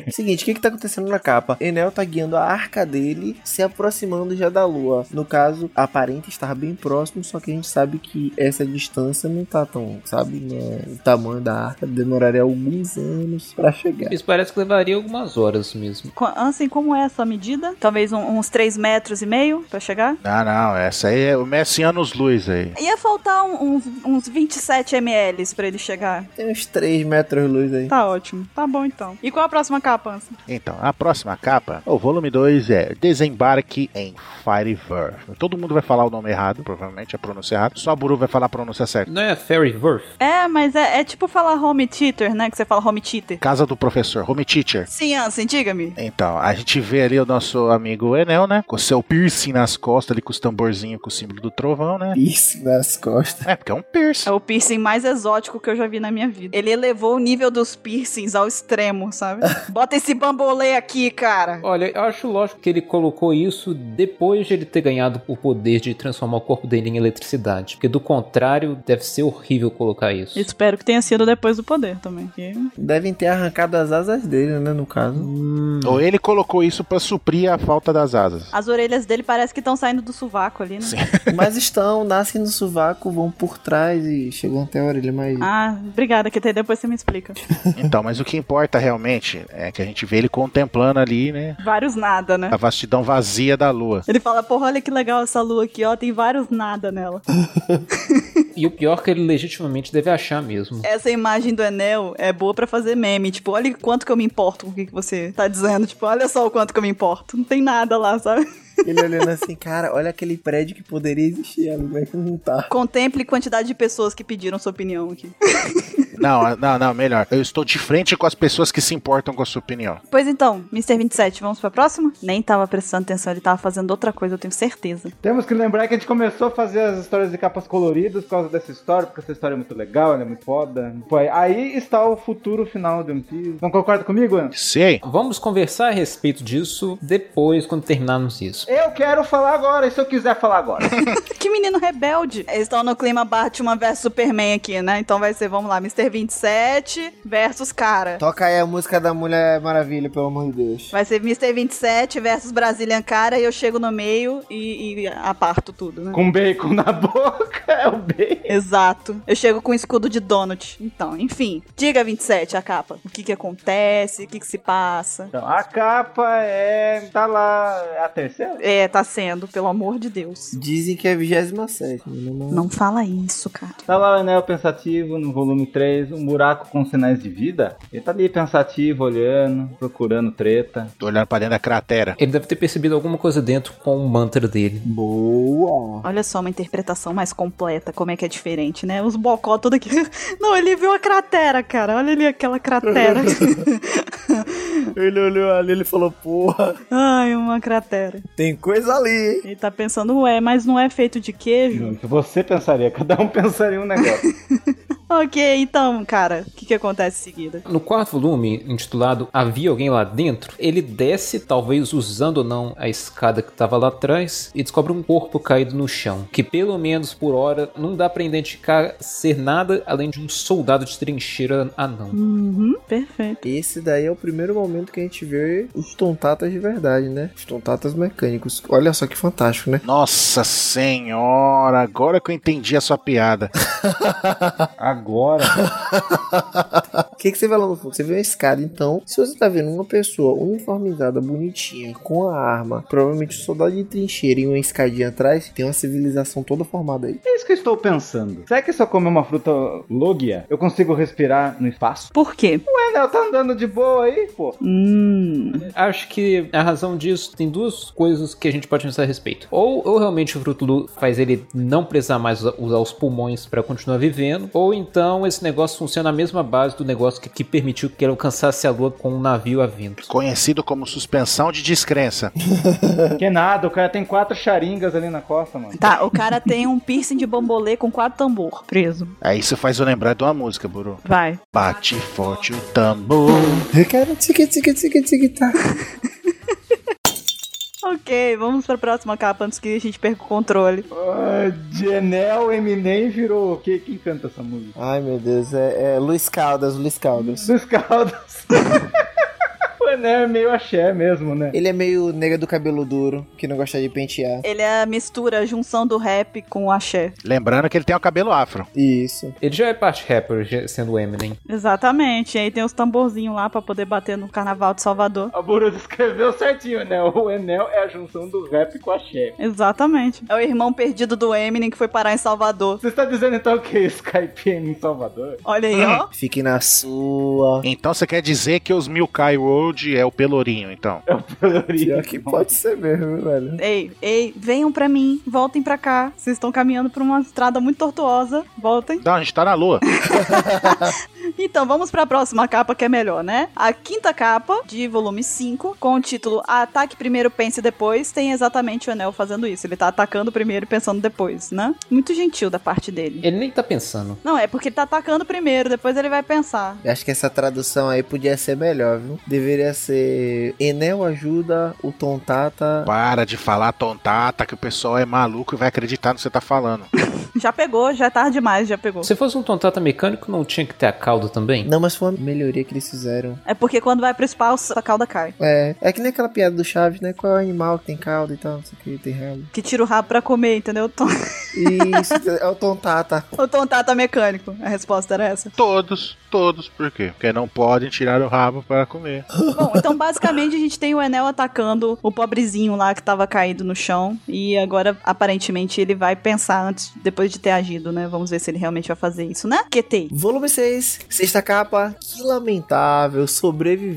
B: Seguinte, o que que tá acontecendo na capa? Enel tá guiando a arca dele, se aproximando já da lua. No caso, aparenta estar bem próximo, só que a gente sabe que essa distância não tá tão, sabe, né? O tamanho da arca demoraria alguns anos pra chegar.
D: Isso parece que levaria algumas horas mesmo.
A: Co- Ansem, como é a sua medida? Talvez um- uns 3 metros e meio pra chegar?
C: Não, não, essa aí é o Messi Anos Luz aí.
A: Ia faltar um- uns, uns 27 ml pra ele chegar.
B: Tem uns 3 metros de luz aí.
A: Tá ótimo. Tá bom então. E qual a próxima capa, Ansem?
C: Então, a próxima capa, o volume 2 é Desembarque em Firever. Todo mundo vai falar o nome errado, provavelmente a pronúncia errada. Só a Buru vai falar a pronúncia certa.
D: Não é Fairy Verth?
A: É, mas é, é tipo falar home theater, né? Que você fala home theater.
C: Casa do Professor, Home Teacher.
A: Sim, Ansem, diga-me.
C: Então, a gente vê ali o nosso amigo Enel, né? Com seu piercing nas costas, ali com os tamborzinhos com o símbolo do trovão, né?
B: Isso nas costas.
C: É, porque é um piercing.
A: É o piercing mais exótico que eu já vi na minha vida. Ele elevou o nível dos piercings ao extremo, sabe? <laughs> Bota esse bambolê aqui, cara.
D: Olha, eu acho lógico que ele colocou isso depois de ele ter ganhado o poder de transformar o corpo dele em eletricidade. Porque do contrário, deve ser horrível colocar isso.
A: Espero que tenha sido depois do poder também. que-
B: Devem ter arrancado as asas dele, né? No caso.
C: Ou ele colocou isso pra suprir a falta das asas.
A: As orelhas dele parece que estão saindo do sovaco ali, né?
C: Sim.
B: Mas estão, nascem no sovaco, vão por trás e chegam até a orelha, mas.
A: Ah, obrigada, que depois você me explica.
C: Então, mas o que importa realmente é que a gente vê ele contemplando ali, né?
A: Vários nada, né?
C: A vastidão vazia da lua.
A: Ele fala, porra, olha que legal essa lua aqui, ó, tem vários nada nela.
D: E o pior é que ele legitimamente deve achar mesmo.
A: Essa imagem do Enel é boa pra fazer meme, tipo, olha quanto que eu me importo com o que, que você tá dizendo, tipo, olha só o quanto que eu me importo, não tem nada lá, sabe?
B: Ele olhando assim, cara, olha aquele prédio que poderia existir, amigo, mas que não tá.
A: Contemple quantidade de pessoas que pediram sua opinião aqui.
C: Não, não, não, melhor. Eu estou de frente com as pessoas que se importam com a sua opinião.
A: Pois então, Mr. 27, vamos pra próxima? Nem tava prestando atenção, ele tava fazendo outra coisa, eu tenho certeza.
E: Temos que lembrar que a gente começou a fazer as histórias de capas coloridas por causa dessa história, porque essa história é muito legal, ela é muito foda. Foi. Aí está o futuro final de One Piece. Não concorda comigo, Ana?
C: Sei.
D: Vamos conversar a respeito disso depois, quando terminarmos isso.
E: Eu quero falar agora, e se eu quiser falar agora?
A: Que menino rebelde! Eles estão no clima Batman vs Superman aqui, né? Então vai ser, vamos lá, Mr. Mister 27 versus cara.
B: Toca aí a música da Mulher Maravilha, pelo amor de Deus.
A: Vai ser Mr. 27 versus Brazilian Cara e eu chego no meio e, e aparto tudo, né?
E: <laughs> Com bacon na boca, <laughs> é o bacon.
A: Exato. Eu chego com um escudo de donut. Então, enfim. Diga, 27, a capa. O que que acontece, o que que se passa.
E: Então, a capa é. tá lá. é a terceira?
A: É, tá sendo, pelo amor de Deus.
B: Dizem que é né, 27.
A: Não fala isso, cara.
E: Tá lá o Enel pensativo no volume 3, um buraco com sinais de vida. Ele tá ali pensativo, olhando, procurando treta.
C: Tô olhando pra dentro da cratera.
D: Ele deve ter percebido alguma coisa dentro com o mantra dele.
B: Boa.
A: Olha só uma interpretação mais completa, como é que é diferente, né? Os bocó todo aqui. <laughs> Não, ele viu a cratera, cara. Olha ali aquela cratera.
B: <laughs> Ele olhou ali ele falou, porra,
A: Ai, uma cratera.
B: tem coisa ali. hein?
A: Ele tá pensando, ué, mas não é feito de queijo?
E: Juro que Você pensaria, cada um <laughs> pensaria um negócio.
A: Ok, então, cara, o que que acontece em seguida?
D: No quarto volume, intitulado Havia Alguém Lá Dentro, ele desce, talvez usando ou não a escada que estava lá atrás, e descobre um corpo caído no chão, que pelo menos por hora não dá pra identificar ser nada além de um soldado de trincheira anão.
A: Uhum, perfeito.
B: Esse daí é o primeiro momento que a gente vê os tontatas de verdade, né? Os tontatas mecânicos. Olha só que fantástico, né?
C: Nossa senhora, agora que eu entendi a sua piada.
E: Agora.
B: O que, que você vê lá no fundo? Você vê uma escada, então. Se você tá vendo uma pessoa uniformizada, bonitinha, com a arma, provavelmente um soldado de trincheira e uma escadinha atrás, tem uma civilização toda formada aí.
E: É isso que eu estou pensando. Será que se eu comer uma fruta logia, eu consigo respirar no espaço?
A: Por quê?
E: Ué, Nel, tá andando de boa aí, pô.
A: Hum,
D: Acho que a razão disso tem duas coisas que a gente pode pensar a respeito. Ou, ou realmente o fruto Lu faz ele não precisar mais usa- usar os pulmões pra continuar vivendo, ou então esse negócio funciona na mesma base do negócio que, que permitiu que ele alcançasse a lua com um navio a vento.
C: Conhecido como suspensão de descrença.
E: Que nada, o cara tem quatro charingas ali na costa, mano.
A: tá, o cara tem um piercing de bambolê com quatro tambor preso.
C: Aí É, isso faz eu lembrar de uma música, Buru.
A: Vai.
C: Bate forte o
B: Oh.
C: tambor.
B: Cara, tique, tique, tique, tique, tá.
A: Ok, vamos pra próxima capa antes que a gente perca o controle.
E: Ah, Genel Eminem virou o quê? Quem canta essa música?
B: Ai, meu Deus, é, é Luiz Caldas, Luiz Caldas.
E: Dos Caldas. <laughs> o Enel é meio axé mesmo, né?
B: Ele é meio nega do cabelo duro, que não gosta de pentear.
A: Ele é a mistura, a junção do rap com o axé.
C: Lembrando que ele tem o cabelo afro.
B: Isso.
D: Ele já é parte rapper, já- sendo o Eminem.
A: Exatamente, e aí tem os tamborzinhos lá pra poder bater no carnaval de Salvador.
E: A Buru descreveu certinho, né? O Enel é a junção do rap com a axé.
A: Exatamente. É o irmão perdido do Eminem que foi parar em Salvador.
E: Você está dizendo então que Skype é em Salvador?
A: Olha aí, ó.
B: Fique na sua.
C: Então você quer dizer que os Milkai Road é o Pelourinho, então.
E: É o Pelourinho.
B: <laughs> Pior que pode ser mesmo, velho.
A: Ei, ei, venham pra mim, voltem pra cá. Vocês estão caminhando por uma estrada muito tortuosa. Voltem.
C: Não, a gente tá na lua.
A: Então, vamos pra próxima capa que é melhor, né? A quinta capa de volume 5, com o título Ataque Primeiro, Pense Depois, tem exatamente o Enel fazendo isso. Ele tá atacando primeiro e pensando depois, né? Muito gentil da parte dele.
D: Ele nem tá pensando.
A: Não, é porque ele tá atacando primeiro, depois ele vai pensar.
B: Eu Acho que essa tradução aí podia ser melhor, viu? Deveria ser Enel ajuda o Tontata.
C: Para de falar tontata que o pessoal é maluco e vai acreditar no que você tá falando.
A: Já pegou, já é tarde demais, já pegou.
D: Se fosse um tontata mecânico, não tinha que ter a cauda também?
B: Não, mas foi uma melhoria que eles fizeram.
A: É porque quando vai pro spa, a cauda cai.
B: É, é que nem aquela piada do Chaves, né? Qual é o animal que tem caldo e tal, não sei o que, tem rabo.
A: Que tira o rabo pra comer, entendeu? <laughs> Tom-
B: Isso, <laughs> é o Tontata.
A: O tontata mecânico. A resposta era essa.
C: Todos, todos, por quê? Porque não podem tirar o rabo para comer.
A: Bom, então basicamente a gente tem o Enel atacando o pobrezinho lá que tava caído no chão. E agora, aparentemente, ele vai pensar antes, depois de ter agido, né? Vamos ver se ele realmente vai fazer isso, né? QT.
B: Volume 6, sexta capa. Que lamentável,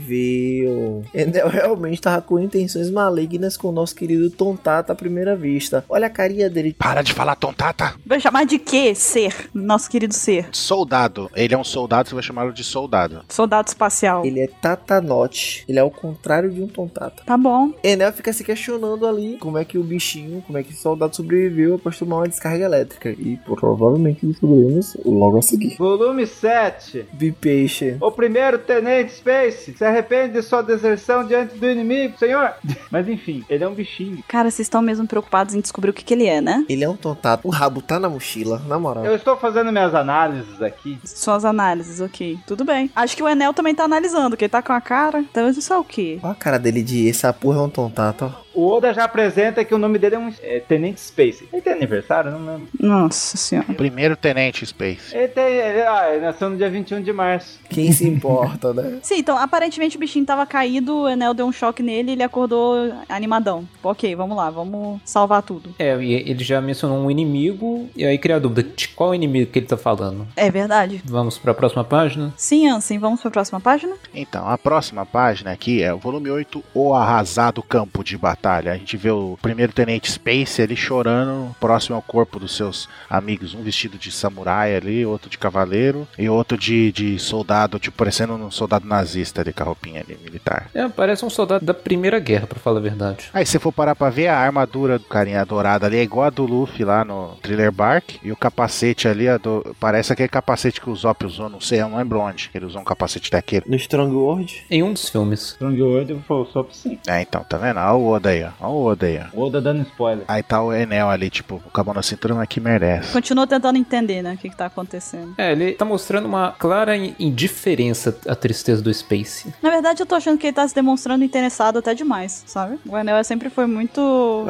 B: sobreviveu. Enel realmente tava com intenções malignas com o nosso querido Tontata à primeira vista. Olha a carinha dele.
C: Para de falar tontata.
A: Vai chamar de quê? Ser. Nosso querido ser.
C: Soldado. Ele é um soldado, você vai chamá-lo de soldado.
A: Soldado espacial.
B: Ele é Tatanote. Ele é o contrário de um Tontata.
A: Tá bom.
B: Enel fica se questionando ali como é que o bichinho, como é que o soldado sobreviveu após tomar uma descarga elétrica. e provavelmente descobrimos logo a seguir.
E: Volume 7.
B: Be patient.
E: O primeiro tenente Space se arrepende de sua deserção diante do inimigo, senhor. <laughs> Mas enfim, ele é um bichinho.
A: Cara, vocês estão mesmo preocupados em descobrir o que, que ele é, né?
B: Ele é um tontato. O rabo tá na mochila, na moral.
E: Eu estou fazendo minhas análises aqui.
A: Suas análises, ok. Tudo bem. Acho que o Enel também tá analisando, que ele tá com a cara. Então isso é o quê?
B: Olha a cara dele de essa porra é um tontato, ó.
E: O Oda já apresenta que o nome dele é um é, Tenente Space. Ele tem aniversário? Não lembro.
A: Nossa senhora.
C: Primeiro tenente Space.
E: Ele tem. Ele, ah, ele nasceu no dia 21 de março.
B: Quem se importa, né?
A: Sim, então aparentemente o bichinho tava caído, o Enel deu um choque nele e ele acordou animadão. Ok, vamos lá, vamos salvar tudo.
D: É, e ele já mencionou um inimigo, e aí cria a dúvida de qual inimigo que ele tá falando.
A: É verdade.
D: Vamos pra próxima página?
A: Sim, Ansem, vamos pra próxima página?
C: Então, a próxima página aqui é o volume 8, O Arrasado Campo de Batalha. A gente vê o primeiro tenente Space ali chorando próximo ao corpo dos seus amigos. Um vestido de samurai ali, outro de cavaleiro e outro de, de soldado, tipo parecendo um soldado nazista ali com a roupinha ali, militar.
D: É, parece um soldado da Primeira Guerra, pra falar a verdade.
C: Aí se você for parar pra ver, a armadura do carinha dourada ali é igual a do Luffy lá no Thriller Bark. E o capacete ali, a do- parece aquele capacete que o Zop usou, não sei, eu não lembro onde. que Ele usou um capacete daquele.
B: No Strong World,
D: Em um dos filmes.
E: Strong World foi o Sop sim.
C: É, então, tá vendo? Olha o Oda aí, ó. Olha o Oda aí, ó.
E: O Oda dando spoiler.
C: Aí tá o Enel ali, tipo, com a mão na cintura, mas que é <laughs> merece.
A: Continua tentando entender, né, o que, que tá acontecendo.
D: É, ele tá mostrando uma clara in- indiferença à tristeza do Space.
A: Na verdade, eu tô achando que ele tá se demonstrando interessado até demais, sabe? O Enel sempre foi muito.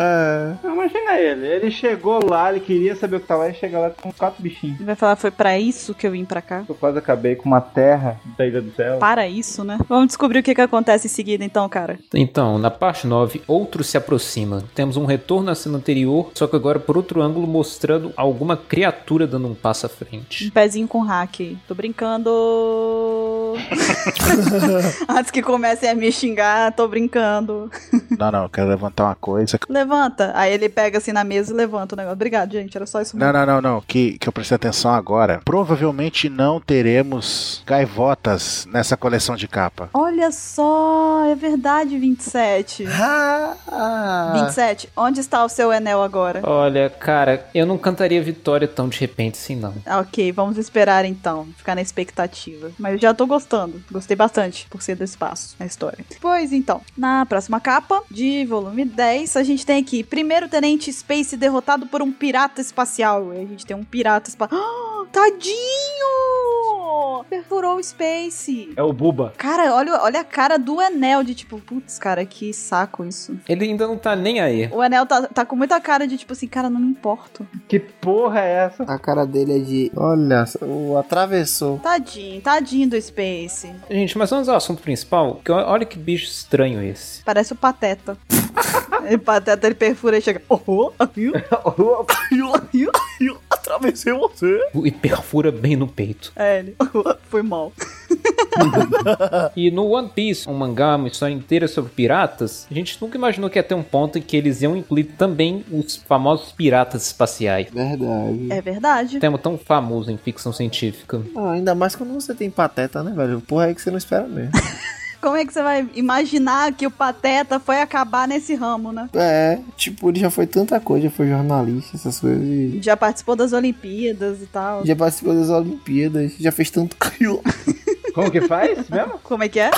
E: Não, imagina ele. Ele chegou lá, ele queria saber o que tá lá e chega lá com quatro bichinhos.
A: Ele vai falar, foi pra isso que eu vim pra cá?
E: Eu quase acabei com uma terra da Ilha do Céu.
A: Para isso, né? Vamos descobrir o que, que acontece em seguida, então, cara.
D: Então, na parte 9, outro se aproxima. Temos um retorno à cena anterior, só que agora por outro ângulo mostrando alguma criatura dando um passo à
A: Um
D: frente.
A: pezinho com hack. Tô <laughs> brincando. Antes que comecem a me xingar, tô brincando.
C: Não, não, eu quero levantar uma coisa. que-
A: Levanta. Aí ele pega assim na mesa e levanta o negócio. Obrigado, gente. Era só isso
C: Não,
A: mesmo.
C: não, não, não, que, que eu prestei atenção agora. Provavelmente não teremos gaivotas nessa coleção de capa.
A: Olha só, é verdade, 27.
E: Ah.
A: Ah! 27, onde está o seu Enel agora?
D: Olha, cara, eu não cantaria vitória tão de repente assim, não.
A: Ah, Ok, vamos esperar então, ficar na expectativa. Mas já tô gostando, gostei bastante por ser do espaço na história. Pois então, na próxima capa de volume 10, a gente tem aqui: primeiro tenente Space derrotado por um pirata espacial. E a gente tem um pirata <gasps> espacial. tadinho! Perfurou o Space.
E: É o Buba.
A: Cara, olha, olha a cara do Enel de tipo, putz, cara, que saco isso.
D: Ele ainda não tá nem aí.
A: O Enel tá, tá com muita cara de tipo assim, cara, não me importo.
E: Que porra é essa?
B: a cara dele é de. Olha, o atravessou.
A: Tadinho, tadinho do Space.
D: Gente, mas vamos ao assunto principal, que olha que bicho estranho esse.
A: Parece o Pateta. o Pateta ele perfura e chega. Oh, oh, viu?
B: Atravessei você.
D: E perfura bem no peito.
A: É ele. "Oh, oh, foi mal.
D: E no One Piece, um mangá, uma história inteira sobre piratas, a gente nunca imaginou que ia ter um ponto em que eles iam incluir também os famosos piratas espaciais. Um
B: Verdade.
A: É verdade.
D: Tema tão famoso em ficção científica.
B: Ah, ainda mais quando você tem pateta, né, velho? Porra, é que você não espera mesmo.
A: Como é que você vai imaginar que o Pateta foi acabar nesse ramo, né?
B: <laughs> é, tipo, ele já foi tanta coisa, já foi jornalista, essas coisas. E...
A: Já participou das Olimpíadas e tal.
B: Já participou das Olimpíadas, já fez tanto. <laughs>
E: Como que faz mesmo?
A: Como é que é?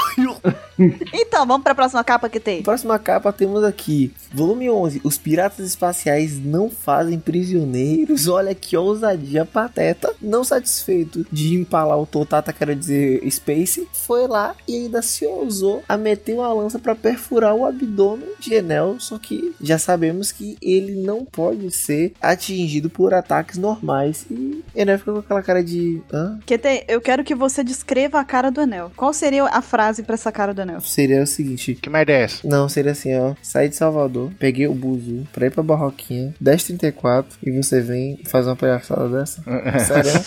A: então, vamos pra próxima capa que tem.
B: Próxima capa temos aqui, volume 11. Os piratas espaciais não fazem prisioneiros. Olha que ousadia pateta. Não satisfeito de empalar o Totata, quero dizer, Space, foi lá e ainda se ousou a meter uma lança pra perfurar o abdômen de Enel. Só que já sabemos que ele não pode ser atingido por ataques normais. E Enel fica com aquela cara de. hã?
A: QT, eu quero que você descreva a cara do Enel. Qual seria a frase pra essa cara do Enel?
B: Seria o seguinte:
C: Que merda é essa?
B: Não, seria assim, ó. Saí de Salvador, peguei o buzu pra ir pra Barroquinha, 10h34, e você vem fazer uma palhaçada dessa? Sério?
C: <laughs>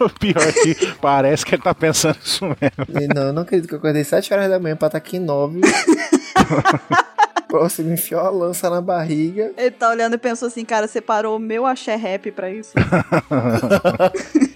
C: O pior é que parece que ele tá pensando isso mesmo.
B: E não, eu não acredito que eu acordei 7 horas da manhã pra estar aqui em 9. Próximo, enfiou a lança na barriga.
C: <laughs>
A: Ele tá olhando e pensou assim, cara, você parou o meu axé rap pra isso?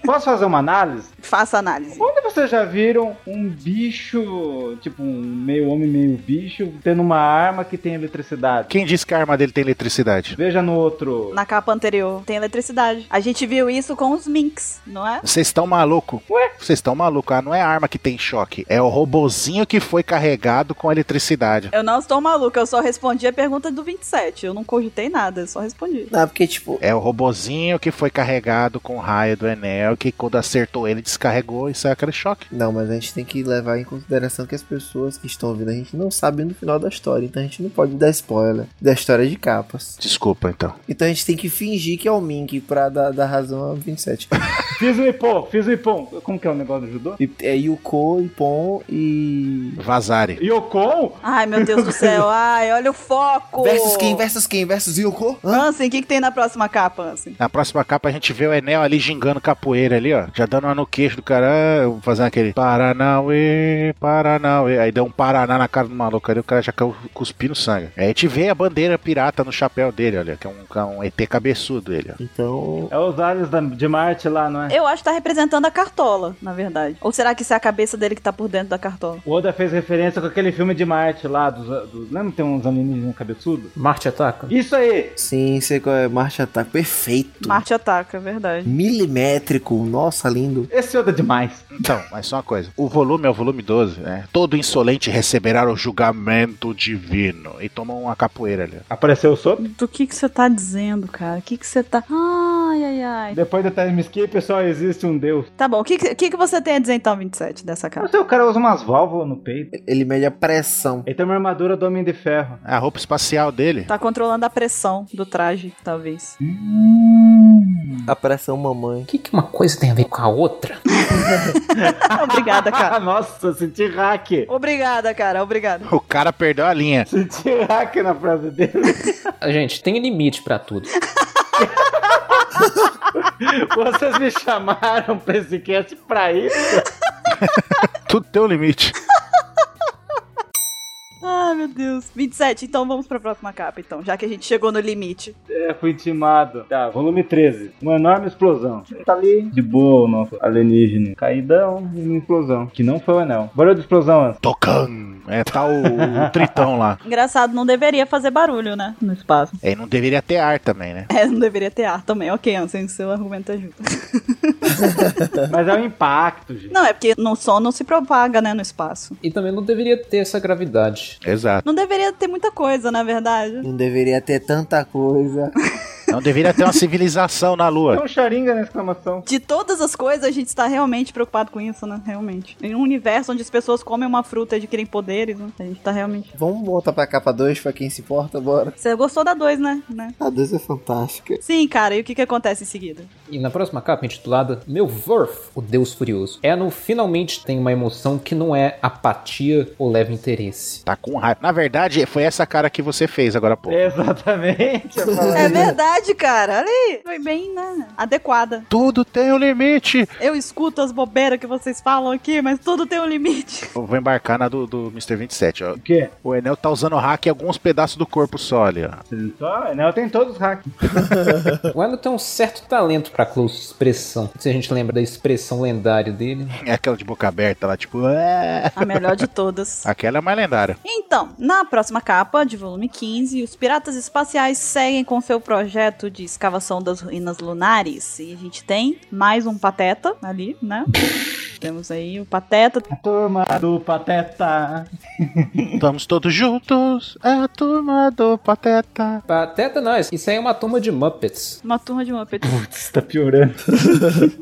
E: Posso fazer uma análise?
A: <laughs> Faça análise.
E: Onde vocês já viram um bicho, tipo um meio homem, meio bicho, tendo uma arma que tem eletricidade?
C: Quem disse que a arma dele tem eletricidade?
E: Veja no outro.
A: Na capa anterior tem eletricidade. A gente viu isso com os minks, não é?
C: Vocês estão maluco?
E: Ué?
C: Vocês estão maluco? Ah, não é a arma que tem choque. É o robozinho que foi carregado com eletricidade.
A: Eu não estou maluca, eu só respondi a pergunta do 27. Eu não cogitei nada, eu só respondi.
B: Não, porque, tipo,
C: É o robozinho que foi carregado com o raio do Enel, que quando acertou ele, descarregou e saiu aquele choque.
B: Não, mas a gente tem que levar em consideração que as pessoas que estão ouvindo a gente não sabem no final da história, então a gente não pode dar spoiler da história de capas.
C: Desculpa, então.
B: Então a gente tem que fingir que é o Mink pra dar, dar razão ao 27.
E: Fiz o ipô, fiz o ipom. Como que é o negócio do judô?
B: E, é Yuko, Ipon e.
C: Vazare.
E: Yokon?
A: Ai, meu Deus do
B: <laughs>
A: céu. Ai, olha o foco.
B: Versus quem? Versus quem? Versus Yuko? Hã?
A: Ansem, o que, que tem na próxima capa, Ansem?
C: Na próxima capa a gente vê o Enel ali gingando capoeira ali, ó. Já dando uma no queixo do cara, ah, fazendo aquele Paranauê, Paranauê. Aí deu um Paraná na cara do maluco ali, o cara já caiu cuspindo sangue. Aí a gente vê a bandeira pirata no chapéu dele, olha, que é um, que é um ET cabeçudo ele, ó.
B: Então.
E: É os aliens da- de Marte lá, não é?
A: Eu acho que tá representando a cartola, na verdade. Ou será que isso é a cabeça dele que tá por dentro da cartola?
E: O Oda fez referência com aquele filme de Marte lá, dos. dos lembra que tem uns alienígenas cabeçudos?
D: Marte ataca?
E: Isso aí!
B: Sim, sei qual é. Marcha ataque. Perfeito.
A: Marte ataca, é verdade.
B: Milimétrico. Nossa, lindo.
E: Esse Oda é demais.
C: Então, mas só uma coisa. O volume é o volume 12, né? Todo insolente receberá o julgamento divino. E tomou uma capoeira ali.
E: Apareceu o Sop?
A: Do que que você tá dizendo, cara? O que que você tá... Ai, ai, ai.
E: Depois do time skip só existe um deus.
A: Tá bom, o que, que, que que você tem a dizer então, 27, dessa
E: Não
A: capa?
E: sei, o cara usa umas válvulas no peito.
B: Ele mede a pressão.
E: Ele tem uma armadura do Homem de Ferro.
C: É A roupa espacial dele.
A: Tá controlando a pressão do traje, talvez. <laughs>
B: A pressão mamãe.
D: O que, que uma coisa tem a ver com a outra?
A: Obrigada, cara.
E: <laughs> Nossa, senti hack.
A: Obrigada, cara. Obrigada.
C: O cara perdeu a linha.
E: Senti hack na frase dele.
D: Ah, Gente, tem limite pra tudo.
E: Vocês me chamaram pra esse cast pra isso?
C: Tudo tem um limite.
A: Ah, meu Deus. 27, então vamos pra próxima capa, então, já que a gente chegou no limite.
E: É, fui intimado. Tá, volume 13. Uma enorme explosão. Tá ali. De boa o nosso alienígena. Caidão e uma explosão. Que não foi o anel. Barulho de explosão, <laughs> Anson.
C: Tocan. É, tá o, o tritão lá.
A: Engraçado, não deveria fazer barulho, né? No espaço.
C: É, e não deveria ter ar também, né?
A: É, não deveria ter ar também. Ok, Ansem, seu argumento é ajuda.
E: Mas é o impacto, gente.
A: Não, é porque no som não se propaga, né, no espaço.
D: E também não deveria ter essa gravidade.
C: Exato.
A: Não deveria ter muita coisa, na verdade.
B: Não deveria ter tanta coisa.
C: Não deveria ter uma civilização na
E: É
C: Lua.
E: um charinga na exclamação.
A: De todas as coisas, a gente está realmente preocupado com isso, né? Realmente. Em um universo onde as pessoas comem uma fruta e adquirem poderes, né? A gente tá realmente.
B: Vamos voltar pra capa 2 pra quem se importa, bora.
A: Você gostou da 2, né? né?
B: A 2 é fantástica.
A: Sim, cara, e o que, que acontece em seguida?
D: E na próxima capa, intitulada Meu Verf, o Deus Furioso, é no finalmente tem uma emoção que não é apatia ou
C: <laughs>
D: leve interesse.
C: Tá com raiva. Na verdade, foi essa cara que você fez agora há pouco.
E: <laughs> É. Exatamente. eu falei.
A: É verdade, cara. Olha aí. Foi bem, né? Adequada.
C: Tudo tem um limite.
A: Eu escuto as bobeiras que vocês falam aqui, mas tudo tem um limite.
C: Eu vou embarcar na do, do Mr. 27, ó.
E: O quê?
C: O Enel tá usando hack em alguns pedaços do corpo só ali, ó.
E: Só, né? Eu tenho todos os hacks.
D: O Eno tem um certo talento pra close expressão. Se a gente lembra da expressão lendária dele.
C: É aquela de boca aberta lá, tipo. "Ah".
A: A melhor de todas.
C: Aquela é mais lendária.
A: Então, na próxima capa, de volume 15, os piratas espaciais seguem com seu projeto de escavação das ruínas lunares. E a gente tem mais um pateta ali, né? Temos aí o pateta.
E: A turma do Pateta.
C: Estamos todos juntos, é a turma do Pateta.
D: Pateta não, isso aí é uma turma de Muppets.
A: Uma turma de Muppets.
E: Putz, tá piorando.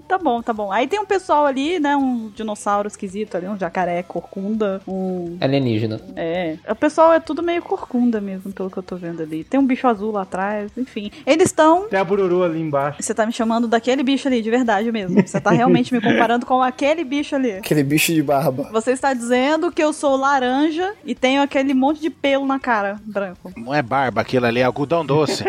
A: Tá bom, tá bom. Aí tem um pessoal ali, né? Um dinossauro esquisito ali, um jacaré, corcunda, um.
D: Alienígena.
A: É. O pessoal é tudo meio corcunda mesmo, pelo que eu tô vendo ali. Tem um bicho azul lá atrás, enfim. Eles estão
E: Tem a Bururu ali embaixo.
A: Você tá me chamando daquele bicho ali, de verdade mesmo. Você tá realmente me comparando com aquele bicho ali.
B: Aquele bicho de barba.
A: Você está dizendo que eu sou laranja e tenho aquele monte de pelo na cara branco.
C: Não é barba, aquilo ali é algodão doce.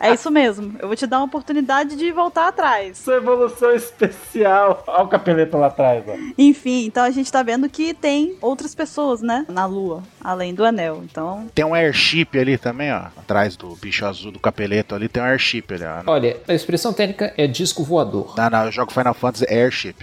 A: É isso mesmo. Eu vou te dar uma oportunidade de voltar atrás.
E: Sua é evolução especial. Olha o capeleto lá atrás, ó.
A: Enfim, então a gente tá vendo que tem outras pessoas, né? Na Lua, além do anel. Então,
C: Tem um airship ali também, ó. Atrás do bicho azul do capeleto ali tem um airship ali, ó.
D: Olha, a expressão técnica é disco voador.
C: Não, não, eu jogo Final Fantasy Airship.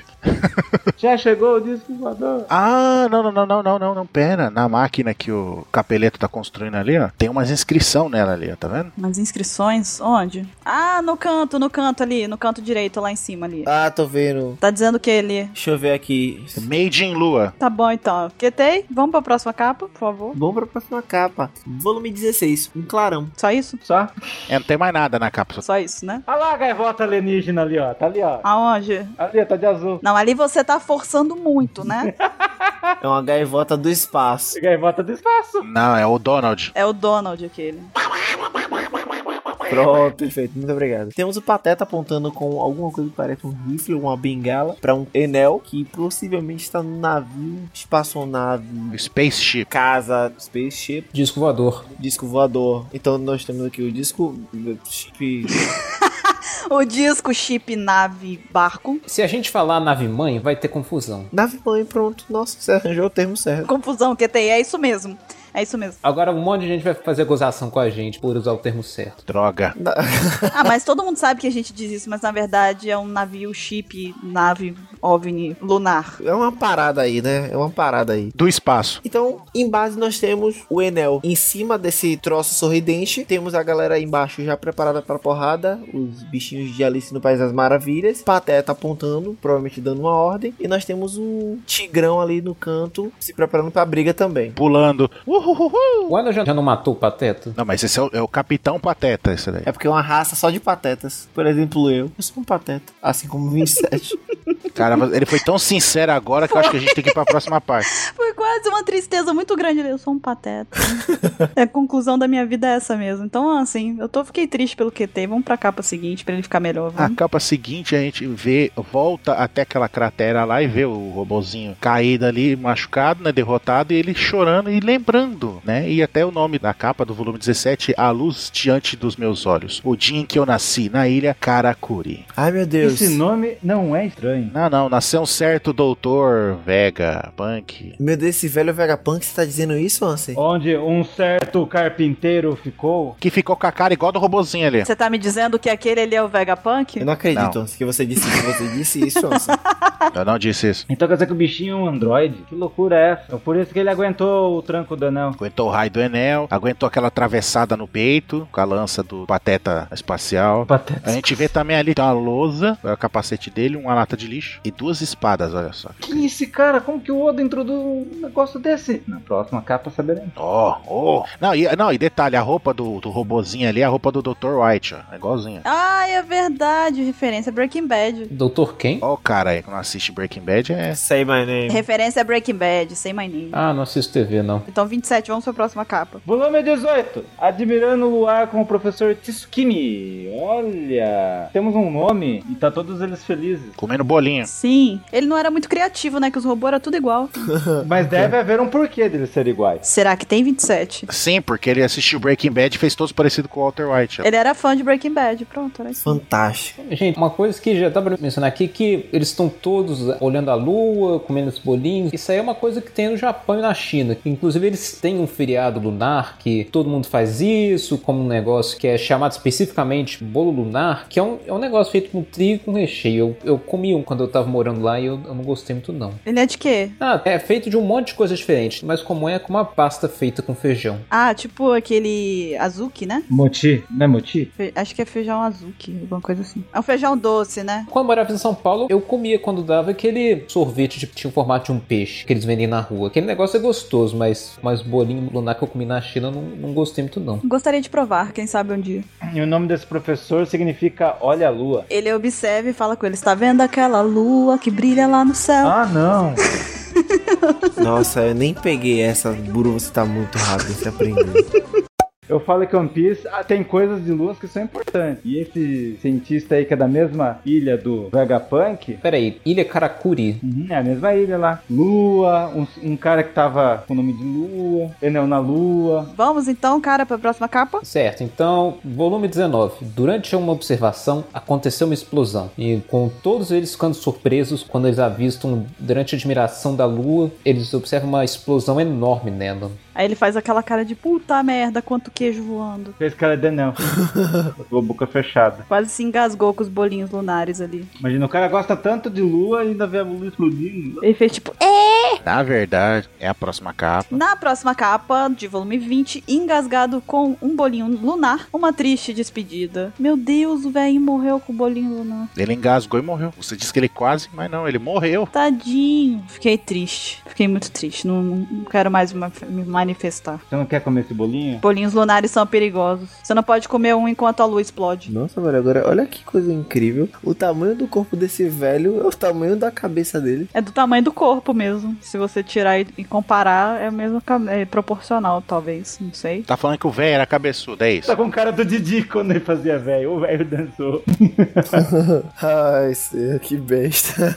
E: Já chegou o disco voador.
C: Ah, não, não, não, não, não, não, não, pera. Na máquina que o capeleto tá construindo ali, ó, tem umas inscrição nela ali, ó, tá vendo?
A: umas inscrições, onde? Ah, no canto, no canto ali, no canto direito, lá em cima ali.
B: Ah, tô vendo.
A: Tá dizendo que ele.
B: Deixa eu ver aqui.
C: Made in Lua.
A: Tá bom então. Ketei, vamos pra próxima capa, por favor.
B: Bom pra próxima capa. Volume 16, um clarão.
A: Só isso?
E: Só?
C: É, não tem mais nada na capa.
A: Só isso, né?
E: Olha lá a gaivota alienígena ali, ó. Tá ali, ó.
A: Aonde?
E: Ali, ó, tá de azul.
A: Não, ali você tá forçando muito, né?
B: É uma gaivota do espaço.
E: Gaivota do espaço.
C: Não, é o Donald.
A: É o Donald aquele.
B: Pronto, perfeito. Muito obrigado. Temos o Pateta apontando com alguma coisa que parece um rifle, uma bengala, pra um Enel, que possivelmente está num navio, espaçonave,
C: O Spaceship.
B: casa, spaceship,
D: Disco voador.
B: disco voador. Então nós temos aqui o disco... chip-
A: O disco, chip, nave, barco.
D: Se a gente falar nave-mãe, vai ter confusão.
B: Nave mãe, pronto. Nossa, você arranjou o termo certo.
A: Confusão, Ketei, é isso mesmo. É isso mesmo.
D: Agora um monte de gente vai fazer gozação com a gente por usar o termo certo.
C: Droga.
A: Ah, mas todo mundo sabe que a gente diz isso, mas na verdade é um navio chip, nave OVNI lunar.
B: É uma parada aí, né? É uma parada aí.
C: Do espaço.
B: Então, em base nós temos o Enel em cima desse troço sorridente, temos a galera aí embaixo já preparada pra porrada, os bichinhos de Alice no País das Maravilhas, Pateta tá apontando, provavelmente dando uma ordem, e nós temos o Tigrão ali no canto, se preparando pra briga também.
C: Pulando. Uhuhuhu.
D: O Ana já já não matou o Pateta?
C: Não, mas esse é o, é o Capitão Pateta, esse daí.
B: É porque é uma raça só de patetas. Por exemplo, eu. Eu sou um pateta. Assim como 27.
C: Cara, mas ele foi tão sincero agora que eu acho que a gente tem que ir pra próxima <laughs> parte.
A: Foi quase uma tristeza muito grande. Eu sou um
B: <laughs>
A: pateta. é, a conclusão da minha vida é essa mesmo. Então, assim, eu tô, fiquei triste pelo QT. Vamos pra capa seguinte pra ele ficar melhor.
C: A
B: Ah,
A: Vamos.
C: capa seguinte a gente vê, volta até aquela cratera lá e vê o robozinho caído ali, machucado, né, derrotado, e ele chorando e lembrando, né? E até o nome da capa do volume 17, A Luz Diante dos Meus Olhos. O dia em que eu nasci, na ilha Karakuri.
B: <laughs> Ai meu Deus.
E: Esse nome não é estranho.
C: Não, não, nasceu um certo doutor Vega, punk.
B: Meu Deus, esse velho Vegapunk, você tá dizendo isso, Ansem?
E: Onde um certo carpinteiro ficou.
C: Que ficou com a cara igual do robozinho ali.
A: Você tá me dizendo que aquele ali é o Vegapunk?
B: é. Eu não acredito,
C: Não.
B: Ansem, que você disse que você disse isso,
E: <laughs>
B: Ansem.
C: Eu não disse isso.
E: Então quer dizer que o bichinho é um androide? Que loucura é essa? Por isso que ele aguentou o tranco do anel.
C: Aguentou o raio do Enel, aguentou aquela atravessada no peito, com a lança do pateta espacial.
E: Pateta.
C: A gente vê também ali tem uma lousa, é o capacete dele, uma lata de lixo e duas espadas, olha só.
E: Que esse cara? Como que o Oda introduz um negócio desse? Na próxima capa saberemos.
C: Ó, ó. Não, e, não, e detalhe, a roupa do, do robozinho ali é a roupa do Dr. White, ó. É igualzinha.
A: Ah, é verdade. Referência a Breaking Bad.
D: Doutor quem?
C: Ó, o cara aí que não assiste Breaking Bad é.
B: Say my name.
A: Referência a Breaking Bad, sem my name.
D: Ah, não assisto TV, não.
A: Então, 27, vamos pra próxima capa.
E: Volume 18. Admirando o luar com o professor Tsukimi. Olha. Temos um nome e tá todos eles felizes.
C: Comendo bolinho.
A: Sim. Ele não era muito criativo, né? Que os robôs eram tudo igual.
E: Mas deve haver um porquê deles serem iguais.
A: Será que tem 27?
C: Sim, porque ele assistiu Breaking Bad e fez todos parecido com o Walter White.
A: <laughs>
C: ó.
A: Ele era fã de Breaking Bad. Pronto, era isso.
B: Fantástico.
D: Gente, uma coisa que já dá pra mencionar aqui é que eles estão todos olhando a lua, comendo os bolinhos. Isso aí é uma coisa que tem no Japão e na China. Inclusive, eles têm um feriado lunar que todo mundo faz isso, como um negócio que é chamado especificamente bolo lunar, que é um, é um negócio feito com trigo com recheio. Eu, eu comi um quando eu tava morando lá e eu, eu não gostei muito, não.
A: Ele é de quê?
D: Ah, é feito de um monte de coisa diferente, mas comum é com uma pasta feita com feijão.
A: Ah, tipo aquele azuki, né?
E: Moti. Não é Moti?
A: Fe- Acho que é feijão azuki, alguma coisa assim. É um feijão doce, né?
D: Quando eu morava em São Paulo, eu comia quando dava aquele sorvete de, tinha o formato de um peixe que eles vendem na rua. Aquele negócio é gostoso, mas, mas bolinho lunar que eu comi na China eu não, não gostei muito não.
A: Gostaria de provar, quem sabe um dia.
E: E o nome desse professor significa Olha a Lua.
A: Ele observa e fala com ele: está vendo aquela lua que brilha lá no céu?
E: Ah, não.
B: Nossa, eu nem peguei essa. Buru, você tá muito rápido, você aprendeu.
E: Eu falo que One Piece ah, tem coisas de luas que são importantes. E esse cientista aí que é da mesma ilha do Vegapunk,
D: Peraí, Ilha Karakuri.
E: Uhum, é a mesma ilha lá. Lua, um, um cara que tava com o nome de Lua, Enel na Lua.
A: Vamos então, cara, pra próxima capa?
D: Certo, então, volume 19. Durante uma observação, aconteceu uma explosão. E com todos eles ficando surpresos quando eles avistam, durante a admiração da lua, eles observam uma explosão enorme nela.
A: Aí ele faz aquela cara de puta merda, quanto queijo voando.
E: Fez cara de <laughs> Enel. com a boca fechada.
A: Quase se engasgou com os bolinhos lunares ali.
E: Imagina, o cara gosta tanto de Lua e ainda vê a Lua explodindo.
A: Ele fez tipo. "É".
C: Na verdade, é a próxima capa.
A: Na próxima capa, de volume 20, engasgado com um bolinho lunar, uma triste despedida. Meu Deus, o velho morreu com o bolinho lunar.
C: Ele engasgou e morreu. Você disse que ele quase, mas não, ele morreu.
A: Tadinho. Fiquei triste. Fiquei muito triste. Não, não quero mais ma- me manifestar.
E: Você não quer comer esse bolinho? <laughs>
A: Bolinhos lunares são perigosos. Você não pode comer um enquanto a lua explode.
B: Nossa, mano, agora olha que coisa incrível. O tamanho do corpo desse velho é o tamanho da cabeça dele.
A: É do tamanho do corpo mesmo. Se você tirar e e comparar, é mesmo ca- é proporcional, talvez. Não sei.
C: Tá falando que o velho era cabeçudo, é isso?
E: Tá com cara do Didi quando ele fazia velho. O velho dançou.
B: Ai, sei, que besta.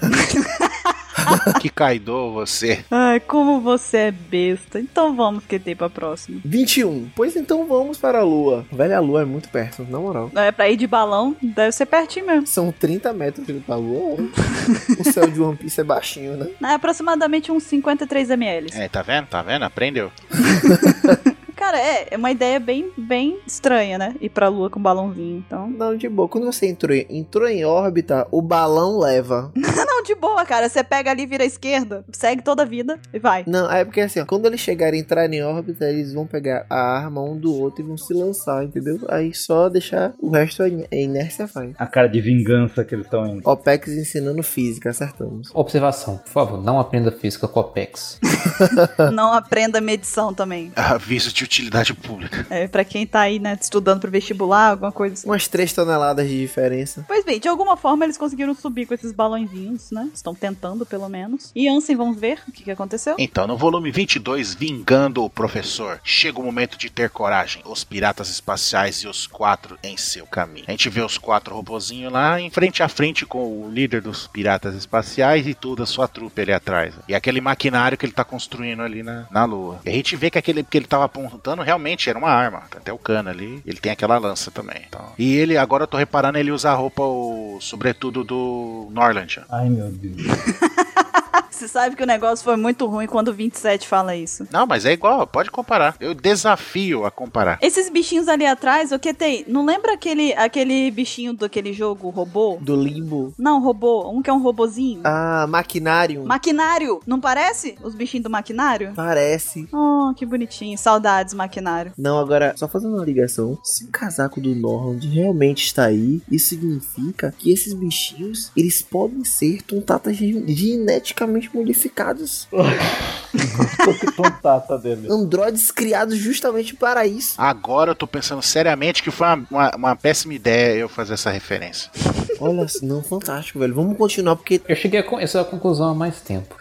C: que caidou você.
A: Ai, como você é besta. Então vamos, QT, pra próxima.
B: 21. Pois então vamos para a lua. Velha, a lua é muito perto, na moral.
A: É pra ir de balão, deve ser pertinho mesmo.
B: São 30 metros pra lua. o céu de One Piece é baixinho, né?
A: É aproximadamente uns 53 ml.
C: É, tá vendo? Tá vendo? Aprendeu.
A: Cara, é, é uma ideia bem, bem estranha, né? Ir pra lua com um balãozinho, então.
B: Não, de boa. Quando você entrou em, entrou em órbita, o balão leva.
A: Não, de boa, cara. Você pega ali, vira à esquerda, segue toda a vida e
B: <laughs>
A: vai.
B: Não, é porque assim, ó, quando eles chegarem a entrar em órbita, eles vão pegar a arma um do outro e vão se lançar, entendeu? Aí só deixar o resto a in- a inércia faz.
E: A cara de vingança que eles estão indo.
B: OPEX ensinando física, acertamos.
D: Observação, por favor, não aprenda física com a Apex.
A: Não aprenda medição também.
C: Aviso de utilidade pública.
A: É, pra quem tá aí, né, estudando pro vestibular, alguma coisa assim.
B: Umas 3 toneladas de diferença.
A: Pois bem, de alguma forma eles conseguiram subir com esses balãozinhos, né? Estão tentando, pelo menos. E Ansem, vamos ver o que, que aconteceu. <laughs>
C: Então, no volume 22, Vingando o Professor, chega o momento de ter coragem. Os piratas espaciais e os quatro em seu caminho. A gente vê os quatro robozinhos lá, em frente a frente com o líder dos piratas espaciais e toda a sua trupe ali atrás. E aquele maquinário que ele tá construindo ali na, na lua. E a gente vê que aquele que ele tava apontando realmente era uma arma. Tá até o cano ali. Ele tem aquela lança também. Então. E ele, agora eu tô reparando, ele usa a roupa, o, sobretudo do Norland.
E: Ai, meu <laughs> Deus.
A: Ah, Você sabe que o negócio foi muito ruim quando o 27 fala isso.
C: Não, mas é igual, pode comparar. Eu desafio a comparar.
A: Esses bichinhos ali atrás, o que tem? Não lembra aquele, aquele bichinho daquele jogo, robô?
B: Do limbo.
A: Não, robô. Um que é um robozinho.
B: Ah, maquinário.
A: Maquinário! Não parece? Os bichinhos do maquinário?
B: Parece.
A: Oh, que bonitinho. Saudades, maquinário.
B: Não, agora, só fazendo uma ligação. Se o casaco do Norland realmente está aí, isso significa que esses bichinhos, eles podem ser tontatas gen- geneticamente modificados.
E: que tontata dele.
B: Androides criados justamente para isso.
C: Agora eu tô pensando seriamente que foi uma, uma- uma péssima ideia eu fazer essa
E: <laughs>
C: referência.
B: Olha, não, fantástico, velho. Vamos continuar, porque
D: Eu cheguei a con- essa conclusão há mais tempo.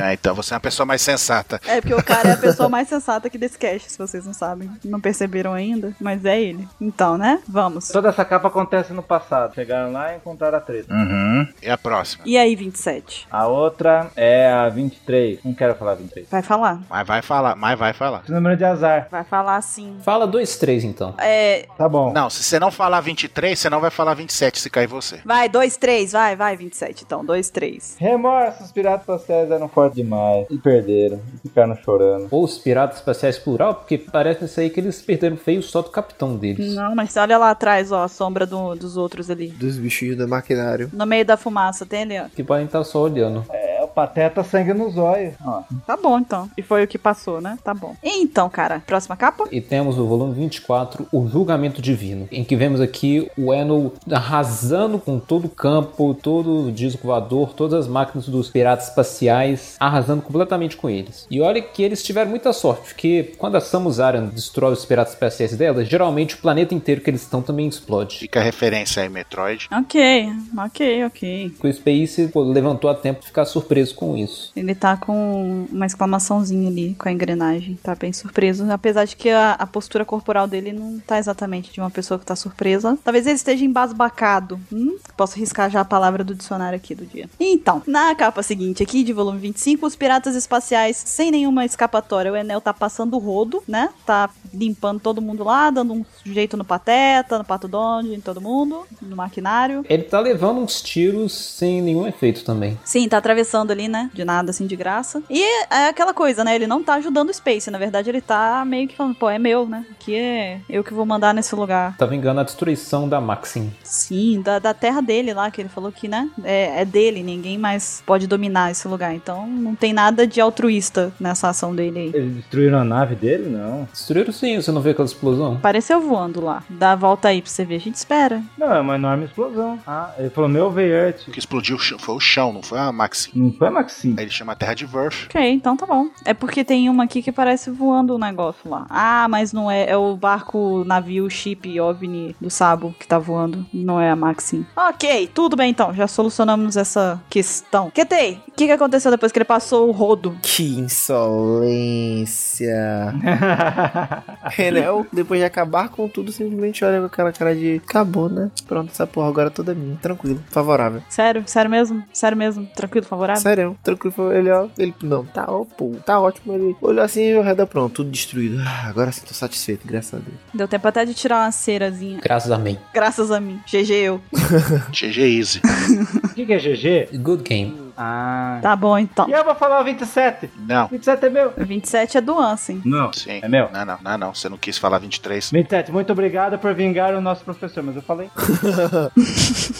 C: Ah, então você é uma pessoa mais sensata.
A: É, porque o cara é a pessoa mais sensata aqui desse cast, se vocês não sabem. Não perceberam ainda, mas é ele. Então, né? Vamos.
E: Toda essa capa acontece no passado. Chegaram lá e encontraram a treta.
C: Uhum. E a próxima?
A: E aí, 27?
E: A outra é a 23. Não quero falar 23.
A: Vai falar?
C: Mas vai falar, mas vai falar.
E: Esse número é de azar.
A: Vai falar sim.
D: Fala 2-3 então.
A: É.
E: Tá bom.
C: Não, se você não falar 23, você não vai falar 27 se cair você.
A: Vai, 2, 3, vai, vai, 27. Então, 2, 3.
E: Remorso, os piratas pastéis eram fortes demais. E perderam. E ficaram chorando.
D: Ou os piratas espaciais plural, porque parece isso aí que eles perderam feio só do capitão deles.
A: Não, mas olha lá atrás, ó, a sombra do- dos outros ali.
B: dos bichinhos do maquinário.
A: No meio da fumaça, tem ali, ó.
D: Que podem estar só olhando.
E: É, o pateta sangue nos olhos. Ó.
A: Tá bom, então. E foi o que passou, né? Tá bom. Então, cara, próxima capa?
D: E temos o volume 24, O Julgamento Divino, em que vemos aqui o Enel arrasando com todo o campo, todo o disco voador, todas as máquinas dos piratas espaciais, arrasando completamente com eles. E olha que eles tiveram muita sorte, porque quando a Samus Aran destrói os piratas espaciais dela, geralmente o planeta inteiro que eles estão também explode.
C: Fica a referência aí, Metroid.
A: Ok, ok, ok.
D: Que o Space pô, levantou a tempo de ficar surpreso surpreso com isso.
A: Ele tá com uma exclamaçãozinha ali com a engrenagem. Tá bem surpreso. Apesar de que a, a postura corporal dele não tá exatamente de uma pessoa que tá surpresa. Talvez ele esteja embasbacado. Hum? Posso riscar já a palavra do dicionário aqui do dia. Então, na capa seguinte aqui, de volume 25, os piratas espaciais sem nenhuma escapatória. O Enel tá passando o rodo, né? Tá limpando todo mundo lá, dando um jeito no Pateta, no Pato Donde, em todo mundo, no maquinário.
D: Ele tá levando uns tiros sem nenhum efeito também.
A: Sim, tá atravessando ali, né? De nada, assim, de graça. E é aquela coisa, né? Ele não tá ajudando o Space. Na verdade, ele tá meio que falando, pô, é meu, né? Que é eu que vou mandar nesse lugar.
D: Tá vingando a destruição da Maxim.
A: Sim, da, da terra dele lá, que ele falou que, né? É, é dele, ninguém mais pode dominar esse lugar. Então, não tem nada de altruísta nessa ação dele aí.
E: Eles destruíram a nave dele? Não.
D: Destruíram sim, você não vê aquela explosão?
A: Apareceu voando lá. Dá a volta aí pra você ver. A gente espera.
E: Não, é uma enorme explosão. Ah, ele falou, meu veio Earth.
C: O que explodiu foi o chão, não foi a Maxi.
E: Não foi, Maxim?
C: Aí ele chama a Terra de
E: <laughs>
C: Verf.
A: Ok, então tá bom. É porque tem uma aqui que parece voando um negócio lá. Ah, mas não é. É o barco, navio, chip, OVNI do Sabo que tá voando. Não é a Maxim. Ok, tudo bem então. Já solucionamos essa questão. Ketei, o que, que aconteceu depois que ele passou o rodo?
B: Que insolência. Renel, depois de acabar com tudo, simplesmente olha com aquela cara de acabou, né? Pronto, essa porra agora é toda minha. Tranquilo, favorável.
A: Sério? Sério mesmo? Sério mesmo? Tranquilo, favorável?
B: Sério, tranquilo. Ele, ó, ele, não, tá, ó, pô, tá ótimo. Ele olhou assim e o redor, pronto, tudo destruído. Ah, agora sim, tô satisfeito, graças a Deus.
A: Deu tempo até de tirar uma cerazinha. <laughs>
D: Graças a mim.
A: Graças a mim. GG eu.
C: GG Easy.
E: O <laughs> que, que é GG?
D: Good game.
E: Ah.
A: Tá bom então.
E: E eu vou falar o 27.
C: Não.
E: 27 é meu.
A: 27 é do Ansem.
E: Não.
C: Sim.
E: É meu.
C: Não, não, não, não. Você não quis falar 23.
E: 27, muito obrigado por vingar o nosso professor, mas eu falei.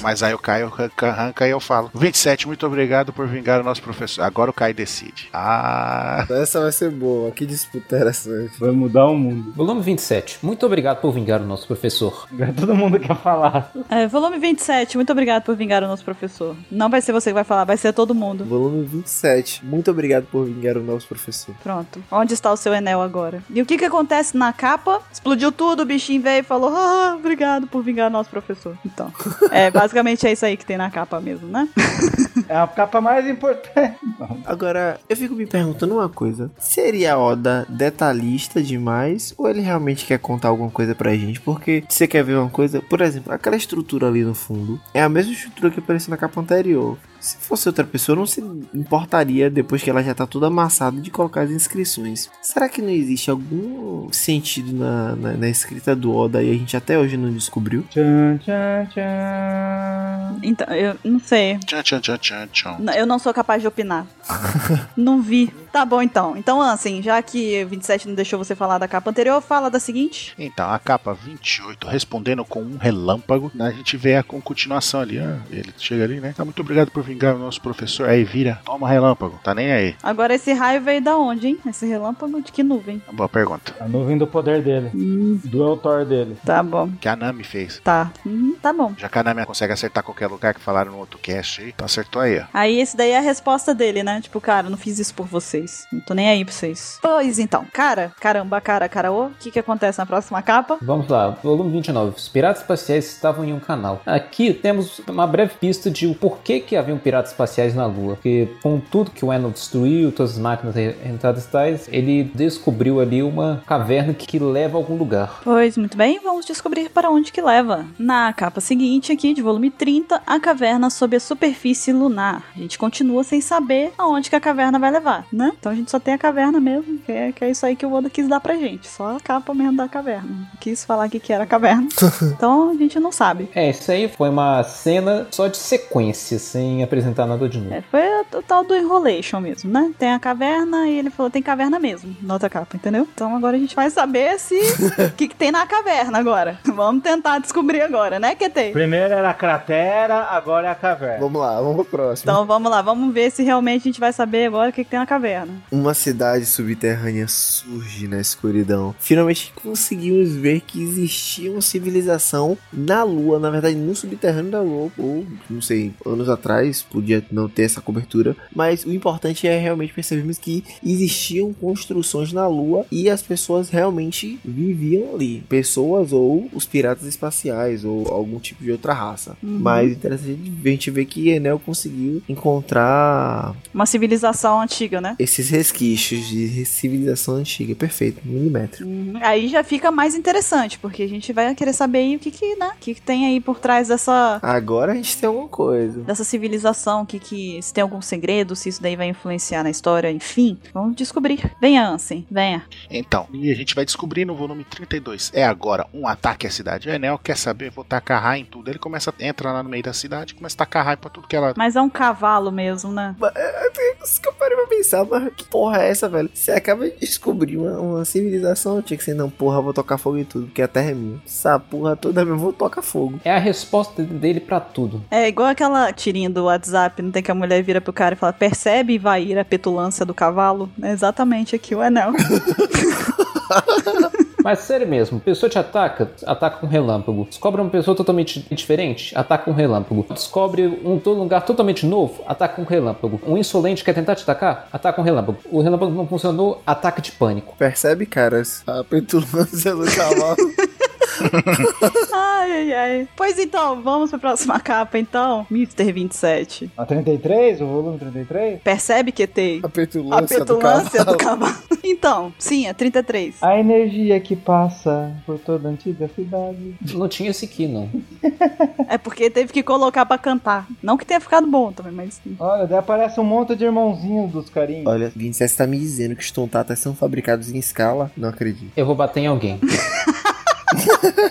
C: Mas aí o Caio arranca, arranca e eu falo. 27, muito obrigado por vingar o nosso professor. Agora o Caio decide. Ah.
B: Então, Essa vai ser boa, que disputa era essa?
E: Vai mudar o mundo.
D: Volume 27. Muito obrigado por vingar o nosso professor.
E: Todo mundo quer falar.
A: É, volume 27, muito obrigado por vingar o nosso professor. Não vai ser você que vai falar, vai ser todo mundo.
B: Volume 27. Muito obrigado por vingar o nosso professor.
A: Pronto. Onde está o seu Enel agora? E o que que acontece na capa? Explodiu tudo, o bichinho veio e falou: "Ah, obrigado por vingar o nosso professor". Então, é basicamente é isso aí que tem na capa mesmo, né?
E: É a capa mais importante.
B: Agora, eu fico me perguntando uma coisa. Seria a Oda detalhista demais ou ele realmente quer contar alguma coisa pra gente? Porque você quer ver uma coisa, por exemplo, aquela estrutura ali no fundo é a mesma estrutura que apareceu na capa anterior. Se fosse outra pessoa, não se importaria, depois que ela já tá toda amassada, de colocar as inscrições. Será que não existe algum sentido na, na, na escrita do Oda e a gente até hoje não descobriu?
E: Tchan, tchan, tchan.
A: Então, eu não sei.
C: Tchan, tchan, tchan, tchan, tchan.
A: N- Eu não sou capaz de opinar. não vi. Tá bom então. Então, Ansem, já que o 27 não deixou você falar da capa anterior, fala da seguinte.
C: Então, a capa 28, respondendo com um relâmpago, né, a gente vê a con- continuação ali. ah, ele chega ali, né? Ah, muito obrigado por vingar o nosso professor. Aí vira, toma relâmpago. Tá nem aí.
A: Agora esse raio veio da onde, hein? Esse relâmpago de que nuvem?
C: Boa pergunta.
E: A nuvem do poder dele. Do autor dele.
A: Tá bom.
C: Que a Nami fez.
A: Tá. Uhum, tá bom.
C: Já que a Nami consegue acertar qualquer lugar que falaram no outro cast aí, então acertou aí, ó.
A: Aí esse daí é a resposta dele, né? Tipo, cara, não fiz isso por vocês. Não tô nem aí pra vocês. Pois então, cara, caramba, cara, caraô, o que que acontece na próxima capa?
D: Vamos lá, volume 29. Os piratas espaciais estavam em um canal. Aqui temos uma breve pista de o porquê que haviam piratas espaciais na Lua. Porque com tudo que o Enel destruiu, todas as máquinas re- entradas e tais, ele descobriu ali uma caverna que, que leva a algum lugar.
A: Pois muito bem, vamos descobrir para onde que leva. Na capa seguinte aqui, de volume 30, a caverna sob a superfície lunar. A gente continua sem saber aonde que a caverna vai levar, né? Então a gente só tem a caverna mesmo, que é, que é isso aí que o Oda quis dar pra gente. Só a capa mesmo da caverna. Não Quis falar que, que era a caverna. então a gente não sabe.
D: É, isso aí foi uma cena só de sequência, sem apresentar nada de novo.
A: É, foi a- o tal do enrolation mesmo, né? Tem a caverna e ele falou, tem caverna mesmo, na outra capa, entendeu? Então agora a gente vai saber se o que, que tem na caverna agora. Vamos tentar descobrir agora, né, QT?
E: Primeiro era a cratera, agora é a caverna.
B: Vamos lá, vamos pro próximo.
A: Então vamos lá, vamos ver se realmente a gente vai saber agora o que, que tem na caverna.
B: Uma cidade subterrânea surge na escuridão. Finalmente conseguimos ver que existia uma civilização na Lua, na verdade no subterrâneo da Lua, ou não sei, anos atrás podia não ter essa cobertura cultura. Mas o importante é realmente percebermos que existiam construções na Lua e as pessoas realmente viviam ali. Pessoas ou os piratas espaciais ou algum tipo de outra raça.
A: Uhum.
B: Mas é interessante a gente ver que Enel conseguiu encontrar
A: Uma civilização antiga, né?
B: esses resquícios de civilização antiga. Perfeito, milimétrico.
A: Uhum. Aí já fica mais interessante, porque a gente vai querer saber aí o que que, né? O que, que tem aí por trás dessa,
B: Agora a gente tem alguma coisa.
A: dessa civilização, o que, que se tem algum segredo, se isso daí vai influenciar na história, enfim. Vamos descobrir. Venha, Ansem, venha.
C: Então, e a gente vai descobrir no volume 32. É agora um ataque à cidade. O Enel quer saber, vou tacar raio em tudo. Ele começa, entra lá no meio da cidade, começa a tacar raio pra tudo que ela.
A: Mas é um cavalo mesmo, né?
B: é, Isso que eu parei pra pensar, mas que porra é essa, velho? Você acaba de descobrir uma, uma civilização tinha que ser, não, porra, vou tocar fogo em tudo, porque a terra é minha. Essa porra toda eu vou tocar fogo.
D: É a resposta dele pra tudo.
A: É igual aquela tirinha do WhatsApp, não tem que a mulher vira pro cara e fala, percebe, vai ir a petulância do cavalo? É exatamente aqui o <laughs> anel.
D: Mas sério mesmo, pessoa te ataca, ataca com relâmpago. Descobre uma pessoa totalmente diferente, ataca com relâmpago. Descobre um todo lugar totalmente novo, ataca com relâmpago. Um insolente quer tentar te atacar, ataca com relâmpago. O relâmpago não funcionou, ataque de pânico.
B: Percebe, caras? A petulância do cavalo.
A: ai, ai, ai. Pois então, vamos pra próxima capa, então. Mister 27.
E: A 33, o volume 33?
A: Percebe que tem
B: a
A: a
B: petulância,
A: petulância
B: do
A: do
B: cavalo.
A: cavalo? <laughs> Então, sim, é 33.
E: A energia que passa por toda a antiga cidade.
D: Não tinha esse aqui, não.
A: É porque teve que colocar pra cantar. Não que tenha ficado bom também, mas.
E: Olha, daí aparece um monte de irmãozinhos dos carinhos.
B: Olha, 27 tá me dizendo que os tontatas são fabricados em escala? Não acredito. <laughs>
D: Eu vou bater em alguém.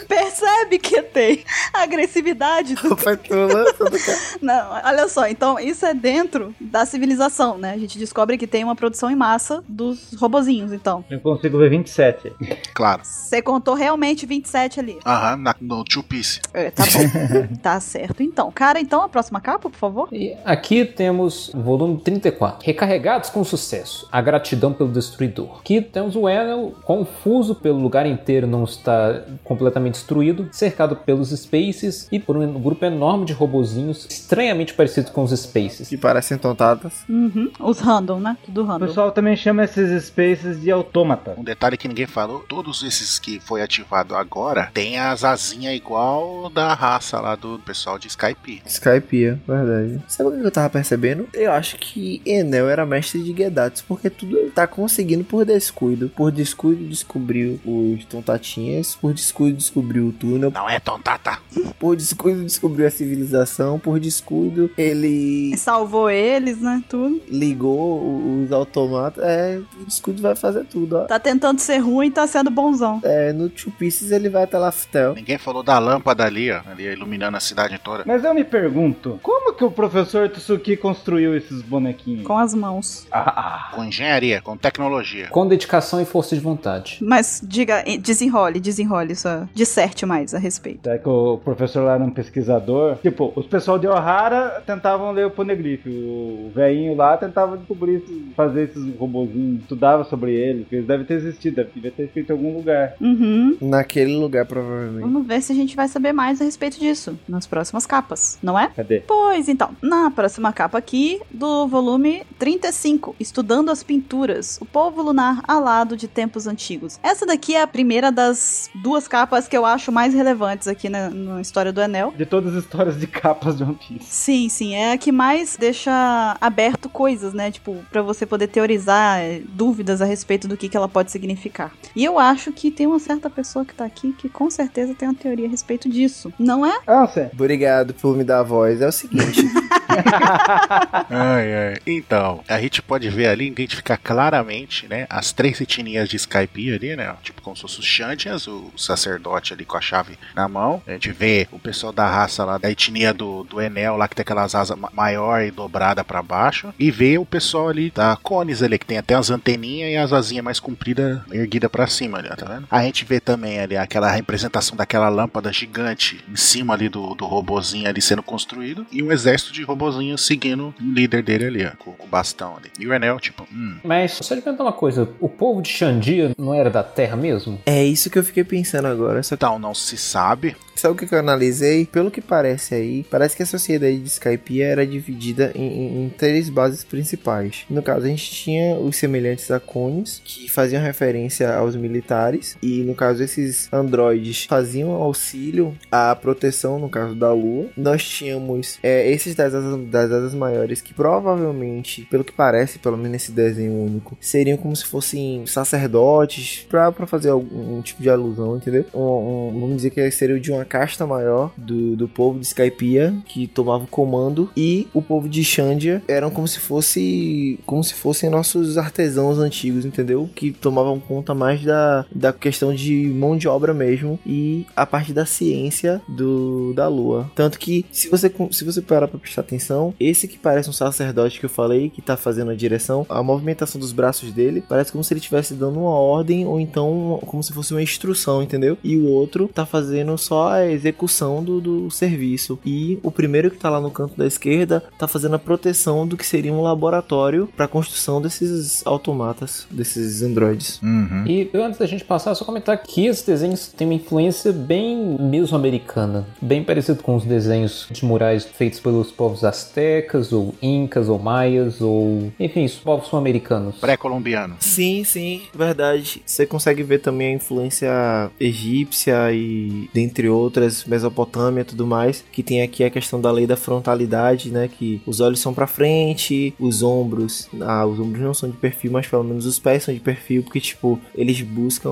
A: Percebe que tem agressividade do
B: A petulância do cavalo.
A: Não, olha só, então isso é dentro da civilização, né? A gente descobre que tem uma produção em massa dos robozinhos, então.
E: Eu consigo ver 27.
C: Claro.
A: Você contou realmente 27 ali.
C: Aham, na- no Two Piece.
A: É, tá bom. <laughs> tá certo. Então, cara, então a próxima capa, por favor.
D: E aqui temos o volume 34. Recarregados com sucesso. A gratidão pelo destruidor. Aqui temos o Enel confuso pelo lugar inteiro não estar completamente destruído, cercado pelos Spaces e por um grupo enorme de robozinhos estranhamente parecidos com os Spaces.
B: Que parecem tontatas.
A: Uhum, Os random, né? Tudo
E: O
A: random.
E: pessoal também chama esses spaces de autômata.
C: Um detalhe que ninguém falou, todos esses que foi ativado agora tem as asinhas igual da raça lá do pessoal de Skype.
B: Skypeia, é, verdade. Sabe o que eu tava percebendo? Eu acho que Enel era mestre de Gedatsu, porque tudo ele tá conseguindo por descuido. Por descuido descobriu os tontatinhas, por descuido descobriu o túnel,
C: Não é tontata.
B: por descuido descobriu a civilização, por descuido ele
A: Salvou eles, né? Tudo.
B: ligou o- os automatas. É, por descuido vai fazer tudo, ó.
A: Tá tentando ser ruim, tá sendo bonzão.
B: É, no Two Pieces ele vai até Laftel.
C: Ninguém falou da lâmpada ali, ó, ali iluminando a cidade toda.
E: Mas eu me pergunto, como que o professor Tsuki construiu esses bonequinhos?
A: Com as mãos.
E: Ah, ah.
C: Com engenharia, com tecnologia.
D: Com dedicação e força de vontade.
A: Mas diga, eh, desenrole, desenrole só. Disserte mais a respeito.
E: Será que o professor lá era um pesquisador? Tipo, os pessoal de Ohara tentavam ler o poneglyph. O velhinho lá tentava descobrir, esses- fazer esses robozinhos. Estudava sobre eles, porque eles devem ter existido, deve- devia ter escrito em algum lugar.
A: Uhum.
B: Naquele lugar, provavelmente.
A: Vamos ver se a gente vai saber mais a respeito disso nas próximas capas, não é?
E: Cadê?
A: Pois então, na próxima capa aqui do volume 35, Estudando as Pinturas, o povo lunar alado de tempos antigos. Essa daqui é a primeira das duas capas que eu acho mais relevantes aqui na, na história do Enel.
E: De todas as histórias de capas de One Piece.
A: Sim, sim, é a que mais deixa aberto coisas, né? Tipo, pra você poder teorizar é, dúvidas a respeito do que, que ela pode significar. E eu acho que tem uma certa pessoa que tá aqui que com certeza tem uma teoria a respeito disso, não é?
E: Ah, você.
B: Obrigado por me dar a voz. É o seguinte. <laughs>
C: Ai, ai. Então, a gente pode ver ali, identificar claramente, né, as três etnias de Skype ali, né, ó, tipo como se fossem os Xantias, o sacerdote ali com a chave na mão. A gente vê o pessoal da raça lá, da etnia do, do Enel lá, que tem aquelas asas ma- maior e dobrada pra baixo. E vê o pessoal ali da Cones ali, que tem até as anteninhas e as asinhas mais compridas, erguida pra cima ali, ó, tá vendo? A gente vê também ali aquela representação daquela lâmpada gigante em cima ali do, do robozinho ali sendo construído. E um exército de robozinhos seguindo o líder dele ali, ó, com, com o bastão ali. E o Enel, tipo, hum,
D: Mas só de perguntar uma coisa, o povo de Xandia não era da Terra mesmo?
B: é isso que eu fiquei pensando agora. Só
C: então não tá se sabe.
B: Sabe o que, que eu analisei? Pelo que parece aí, parece que a sociedade de Skype era dividida em, em- em três bases principais. No caso, a gente tinha os semelhantes a cones, que faziam referência aos militares, e no caso, esses androides faziam auxílio à proteção, no caso da Lua. Nós tínhamos é, esses das asas, das asas maiores, que provavelmente, pelo que parece, pelo menos nesse desenho único, seriam como se fossem sacerdotes, pra, pra fazer algum um tipo de alusão, entendeu? Um- um- vamos dizer que seria de uma casta maior do, do povo de Skypiea, que tomava o comando, e o povo de Xandia eram como se fosse como se fossem nossos artesãos antigos, entendeu? Que tomavam conta mais da, da questão de mão de obra mesmo e a parte da ciência do, da lua. Tanto que, se você, com- se você parar pra prestar atenção, esse que parece um sacerdote que eu falei, que tá fazendo a direção, a movimentação dos braços dele parece como se ele estivesse dando uma ordem ou então como se fosse uma instrução, entendeu? E o outro tá fazendo só a execução do, do serviço. E o primeiro que tá lá no canto da esquerda tá fazendo a proteção do que seria um laboratório pra construção desses automatas, desses androides.
C: Uhum.
D: E eu, antes da gente passar, só comentar que esses desenhos têm uma influência bem mesmo americana, bem parecido com os desenhos de murais feitos pelos povos astecas, ou incas, ou maias, ou enfim, os povos sul-americanos.
C: Pré-colombiano.
B: Sim, sim, verdade. Você consegue ver também a influência egípcia e dentre outras, Mesopotâmia e tudo mais, que tem aqui a questão da lei da frontalidade, né, que os olhos são pra frente, os ombros, ah, os ombros não são de perfil, mas pelo menos os pés são de perfil, porque tipo, eles buscam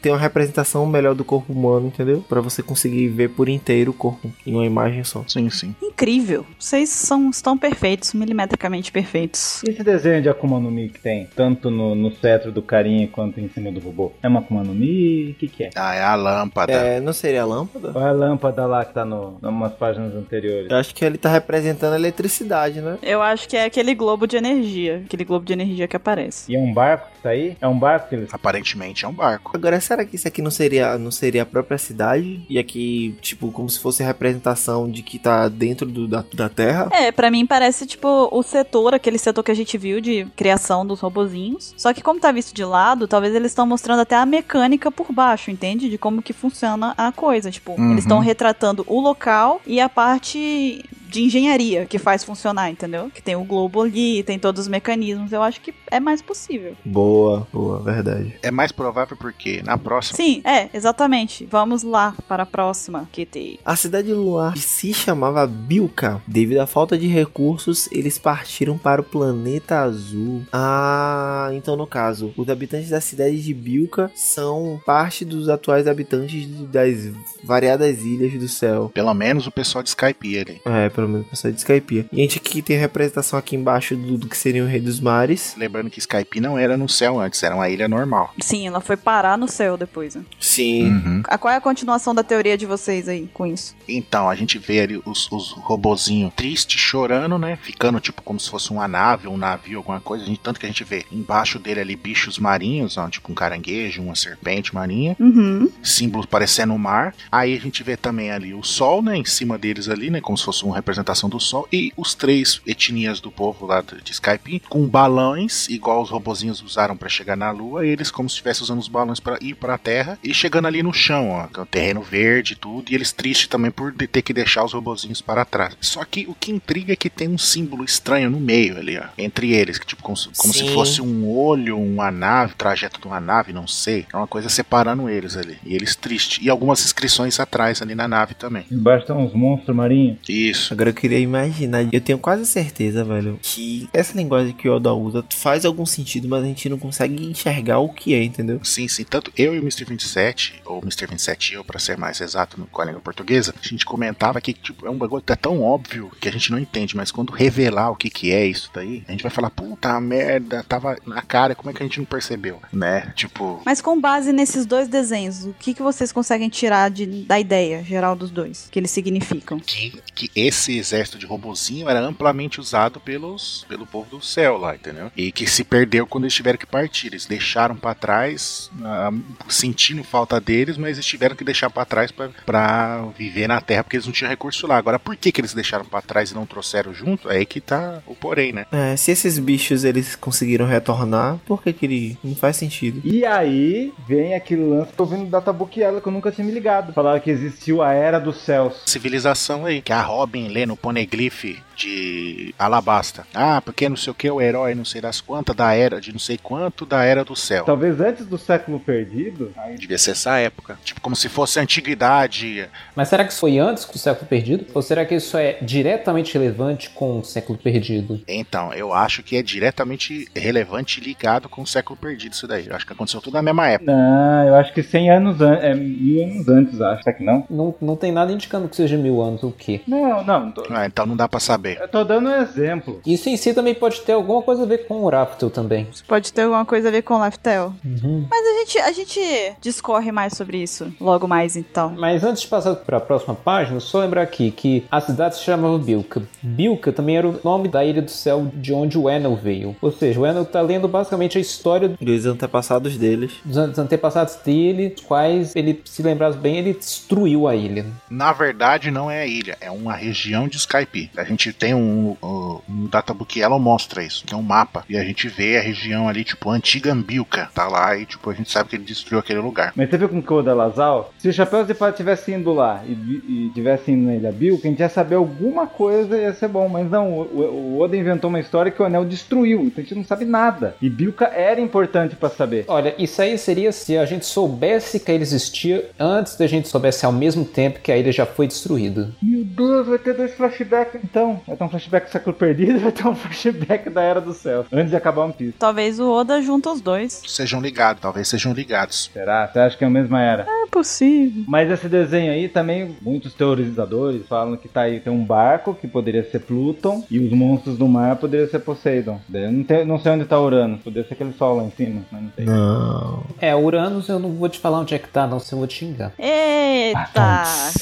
B: ter uma representação melhor do corpo humano, entendeu? Pra você conseguir ver por inteiro o corpo em uma imagem só.
C: Sim, sim.
A: Incrível. Vocês são, estão perfeitos, milimetricamente perfeitos.
E: E esse desenho de Akuma no Mi que tem, tanto no, no cetro do carinha quanto em cima do robô? É uma Akuma no Mi? O que, que é?
C: Ah, é a lâmpada.
B: É, não seria a lâmpada?
E: Qual é a lâmpada lá que tá no, umas páginas anteriores?
B: Eu acho que ele tá representando a eletricidade, né?
A: Eu acho que é aquele globo de energia. Aquele globo de energia que aparece.
E: E é um barco que tá aí? É um barco que eles.
C: Aparentemente é um barco.
B: Agora, será que isso aqui não seria, não seria a própria cidade? E aqui, tipo, como se fosse a representação de que tá dentro do- da, da Terra?
A: É, pra mim parece tipo o setor, aquele setor que a gente viu de criação dos robozinhos. Só que como tá visto de lado, talvez eles estão mostrando até a mecânica por baixo, entende? De como que funciona a coisa. Tipo,
C: Uhum.
A: eles estão retratando o local e a parte de engenharia que faz funcionar, entendeu? Que tem o globo ali, tem todos os mecanismos. Eu acho que é mais possível.
B: Boa, boa, verdade.
C: É mais provável porque na próxima.
A: Sim, é, exatamente. Vamos lá para a próxima, QT.
B: A cidade luar se chamava Bilka. Devido à falta de recursos, eles partiram para o planeta azul. Ah, então no caso, os habitantes da cidade de Bilka são parte dos atuais habitantes das variadas ilhas do céu.
C: Pelo menos o pessoal de Skype ali.
B: É, pelo menos pessoal de Skypiea. E a gente aqui tem a representação aqui embaixo do, do que seria o Rei dos Mares.
C: Lembrando que Skype não era no céu antes, era uma ilha normal.
A: Sim, ela foi parar no céu depois. né?
B: Sim.
A: A, qual é a continuação da teoria de vocês aí com isso?
C: Então, a gente vê ali os, os robozinhos tristes, chorando, né? Ficando tipo como se fosse uma nave, um navio, alguma coisa. A gente- tanto que a gente vê embaixo dele ali bichos marinhos, ó, tipo um caranguejo, uma serpente marinha,
A: Uhum.
C: símbolos parecendo o mar. Aí a gente vê também ali o sol, né? Em cima deles ali, né? Como se fosse uma representação do sol. E os três etnias do povo lá de de Skype com balões, igual os robozinhos usaram pra chegar na lua. Eles como se estivessem usando os balões pra ir pra terra e chegando ali no chão, ó. que é um terreno verde e tudo. E eles tristes também por de- ter que deixar os robozinhos para trás. Só que o que intriga é que tem um símbolo estranho no meio ali, ó. Entre eles, que tipo, como, se- como se
B: Sim.
C: fosse um olho, uma nave, um trajeto de uma nave, não sei. É uma coisa separando eles ali. E eles tristes. E algumas inscrições atrás ali na nave também.
E: Embaixo estão uns monstros marinhos.
C: Isso.
B: Agora eu queria imaginar, eu tenho quase certeza, velho, que essa linguagem que o Oda usa faz algum sentido, mas a gente não consegue enxergar o que é, entendeu?
C: Sim, sim. Tanto eu e o Mr. 27, ou Mr. 27 e eu, pra ser mais exato, no- com a língua portuguesa, a gente comentava que, tipo, é um bagulho que tá tão óbvio que a gente não entende, mas quando revelar o que que é isso daí, a gente vai falar, puta merda, tava na cara, como é que a gente não percebeu, né? Tipo,
A: Mas com base nesses dois desenhos, o que, que vocês conseguem tirar de- da ideia geral dos dois? Que eles significam?
C: que, que esse exército de robozinho era amplamente usado pelos, pelo povo do céu lá, entendeu? E que se perdeu quando eles tiveram que partir. Eles deixaram pra trás, ah, sentindo falta deles, mas eles tiveram que deixar pra trás pra- pra viver na Terra, porque eles não tinham recurso lá. Agora, por que, que eles deixaram pra trás e não trouxeram junto? É aí que tá o porém, né?
B: É, se esses bichos eles conseguiram retornar, por que que ele... Não faz sentido.
E: E aí vem aquele lance que eu vi no Databook Ela que eu nunca tinha me ligado. Falaram que existiu a Era dos Céus.
C: Civilização aí, que a Robin lê no poneglyph de Alabasta. Ah, porque não sei o que, o herói não sei das quantas, da era de não sei quanto, da era do céu.
E: Talvez antes do século perdido. Aí,
C: Devia ser essa época. Tipo, como se fosse a antiguidade.
D: Mas será que isso foi antes do século perdido? Ou será que isso é diretamente relevante com o século perdido?
C: Então, eu acho que é diretamente relevante e ligado com o século perdido isso daí. Eu acho que aconteceu tudo na mesma época.
E: não, eu acho que 100 anos antes. É mil anos antes, acho. Será que não?
D: Não, não tem nada indicando que seja mil anos ou o quê.
E: Não, não. tô-
C: Ah, então não dá pra saber.
E: eu tô dando um exemplo.
D: Isso em si também pode ter alguma coisa a ver com o Raptor também.
A: Isso pode ter alguma coisa a ver com Laftel. Mas a gente, a gente discorre mais sobre isso logo mais então.
D: Mas antes de passar para a próxima página, só lembrar aqui que a cidade se chamava Bilka. Bilka também era o nome da ilha do céu de onde o Enel veio. Ou seja, o Enel tá lendo basicamente a história
B: Dos antepassados deles.
D: dos an- dos antepassados dele, os quais ele, se lembrasse bem, ele destruiu a ilha.
C: Na verdade, não é a ilha, é uma região de Skype. A gente tem um, um, um databook, ela mostra isso, que é um mapa. E a gente vê a região ali, tipo, antiga Ambilca. Tá lá e, tipo, a gente sabe que ele destruiu aquele lugar.
E: Mas você viu com o Coda Lazal? Se os Chapéus de Palha tivesse indo lá e, vi- e tivesse indo na Ilha Bill, quem ia saber alguma coisa ia ser bom. Mas não, o, o- o Oda inventou uma história que o Anel destruiu, então a gente não sabe nada. E Bilka era importante pra saber.
D: Olha, isso aí seria se a gente soubesse que a ilha existia antes da gente soubesse ao mesmo tempo que a ilha já foi destruída.
E: Meu Deus, vai ter dois flashbacks então. Vai ter um flashback do século perdido e vai ter um <laughs> flashback da Era do Céu. Antes de acabar One Piece.
A: Talvez o Oda junta os dois.
C: Sejam ligados, talvez sejam ligados.
E: Será? Você acha que é a mesma era?
A: É possível.
E: Mas esse desenho aí também, muitos teorizadores falam que tá aí, tem um barco que poderia ser Pluton e os monstros do mar poderiam ser Poseidon. Daí Eu não, tenho- não sei onde tá Urano, poderia ser aquele sol lá em cima, mas não sei.
B: Não.
D: É, Uranus eu não vou te falar onde é que tá, não, senão eu vou te xingar.
A: Eita, falta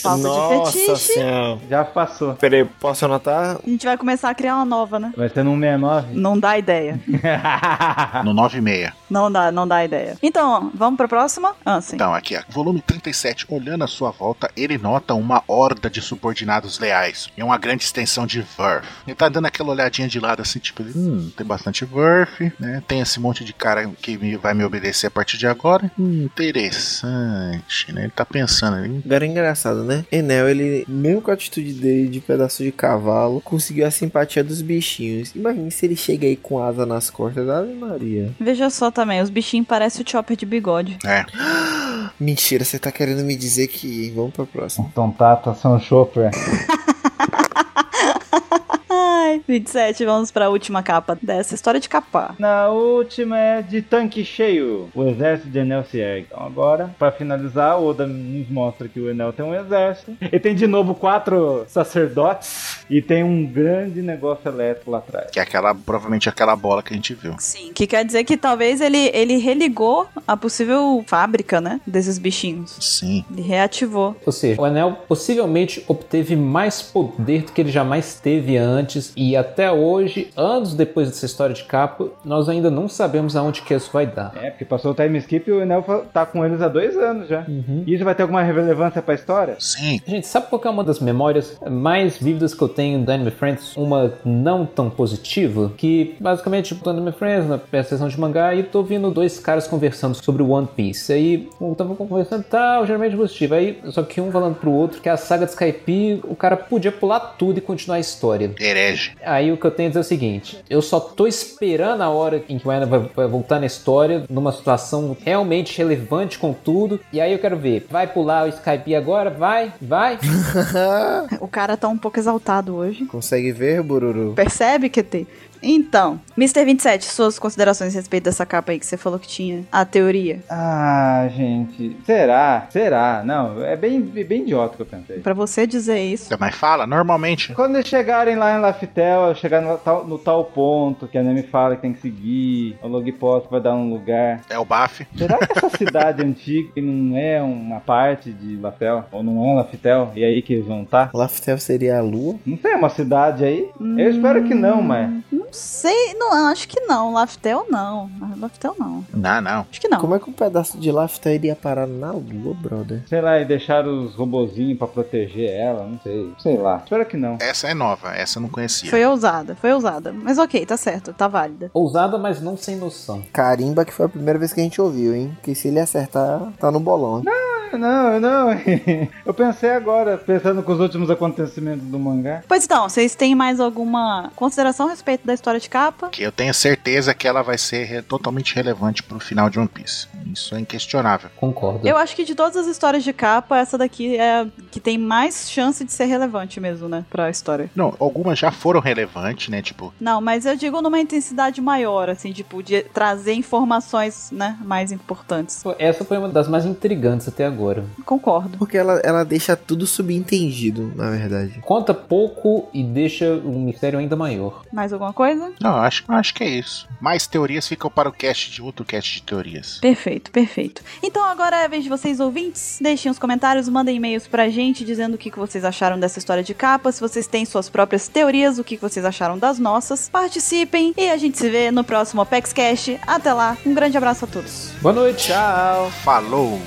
B: Ah, Nossa
A: de fetiche.
B: Senhora.
E: Já passou.
B: Peraí, posso anotar?
A: A gente vai começar a criar uma nova, né?
E: Vai ser num 69. <laughs>
A: Não dá ideia.
E: Ah.
C: No 96.
A: Não dá, não dá ideia. Então, vamos pra próxima? Ah, sim.
C: Então, aqui, ó, volume 37. Olhando à sua volta, ele nota uma horda de subordinados leais e uma grande extensão de Verf. Ele tá dando aquela olhadinha de lado, assim, tipo, hum, tem bastante Verf, né? Tem esse monte de cara que me- vai me obedecer a partir de agora. Hum, interessante, né? Ele tá pensando ali.
B: Agora é engraçado, né? Enel, ele, mesmo com a atitude dele de pedaço de cavalo, conseguiu a simpatia dos bichinhos. Imagina se ele chega aí com asa nas costas, Ave Maria.
A: Veja só também, os bichinhos parecem o Chopper de bigode.
C: É,
B: Mentira, você tá querendo me dizer que. Vamos pra próxima.
E: Tontata, São Chopper.
A: Ai, 27, vamos pra última capa dessa história de capa.
E: Na última é de tanque cheio. O exército de Enel se ergue. Então agora, pra finalizar, o Oda nos mostra que o Enel tem um exército. E tem de novo quatro sacerdotes. E tem um grande negócio elétrico lá atrás.
C: que é aquela, provavelmente aquela bola que a gente viu.
A: Sim, que quer dizer que talvez ele, ele religou a possível fábrica, né? Desses bichinhos.
C: Sim.
A: Ele reativou.
D: Ou seja, o Anel possivelmente obteve mais poder do que ele jamais teve antes, e até hoje, anos depois dessa história de capa, nós ainda não sabemos aonde que isso vai dar.
E: É, porque passou o time skip e o Enel fa- tá com eles há dois anos já.
D: Uhum.
E: E isso vai ter alguma relevância pra história?
C: Sim.
D: Gente, sabe qual que é uma das memórias mais vívidas que eu tenho do Anime Friends? Uma não tão positiva? Que basicamente o Anime Friends, na sessão de mangá, e tô ouvindo dois caras conversando sobre One Piece. Aí um tava conversando tal, geralmente positivo. Aí só que um falando pro outro que a saga de Skype, o cara podia pular tudo e continuar a história.
C: Herege.
D: Aí o que eu tenho a dizer é o seguinte: eu só tô esperando a hora em que o Ana vai, vai voltar na história, numa situação realmente relevante com tudo. E aí eu quero ver: vai pular o Skype agora? Vai, vai.
A: O cara tá um pouco exaltado hoje.
B: Consegue ver, Bururu?
A: Percebe, QT? Então, Mr. 27, suas considerações a respeito dessa capa aí que você falou que tinha a teoria.
E: Ah, gente. Será? Será? Não, é bem, bem idiota o que eu pensei.
A: Pra você dizer isso.
C: Mas fala, normalmente.
E: É. Quando eles chegarem lá em Laftel, chegar no tal, no tal ponto que a Nami fala que tem que seguir, o Logpost vai dar um lugar.
C: É o Baf.
E: Será que essa cidade <laughs> antiga que não é uma parte de Laftel? Ou não é Laftel? E aí que eles vão tá? estar?
B: Laftel seria a lua?
E: Não sei, é uma cidade aí? Eu espero que não, mas.
A: Não sei, não, acho que não. Laftel não. Ah, Laftel não.
C: Não, não.
A: Acho que não.
B: Como é que um pedaço de Laftel iria parar na lua, brother?
E: Sei lá, e deixar os robozinhos pra proteger ela, não sei. Sei lá. Espero que não.
C: Essa é nova, essa eu não conhecia.
A: Foi ousada, foi ousada. Mas ok, tá certo, tá válida.
D: Ousada, mas não sem noção.
B: Carimba que foi a primeira vez que a gente ouviu, hein? Porque se ele acertar, tá no bolão.
E: Ah, Não, não. <laughs> Eu pensei agora, pensando com os últimos acontecimentos do mangá.
A: Pois então, vocês têm mais alguma consideração a respeito da história de capa?
C: Que eu tenho certeza que ela vai ser re- totalmente relevante pro final de One Piece. Isso é inquestionável.
D: Concordo.
A: Eu acho que de todas as histórias de capa, essa daqui é a que tem mais chance de ser relevante mesmo, né? Pra história.
C: Não, algumas já foram relevantes, né? Tipo,
A: Não, mas eu digo numa intensidade maior, assim, tipo, de trazer informações, né, mais importantes.
D: Essa foi uma das mais intrigantes até agora.
A: Concordo.
B: Porque ela, ela deixa tudo subentendido, na verdade.
D: Conta pouco e deixa o mistério ainda maior.
A: Mais alguma coisa?
C: não, eu acho, eu acho que é isso. Mais teorias ficam para o cast de outro cast de teorias.
A: Perfeito, perfeito. Então agora é a vez de vocês ouvintes, deixem os comentários, mandem e-mails pra gente dizendo o que que vocês acharam dessa história de capa, se vocês têm suas próprias teorias, o que que vocês acharam das nossas. Participem e a gente se vê no próximo Apex Cash. Até lá, um grande abraço a todos.
D: Boa noite.
E: Tchau.
C: Falou!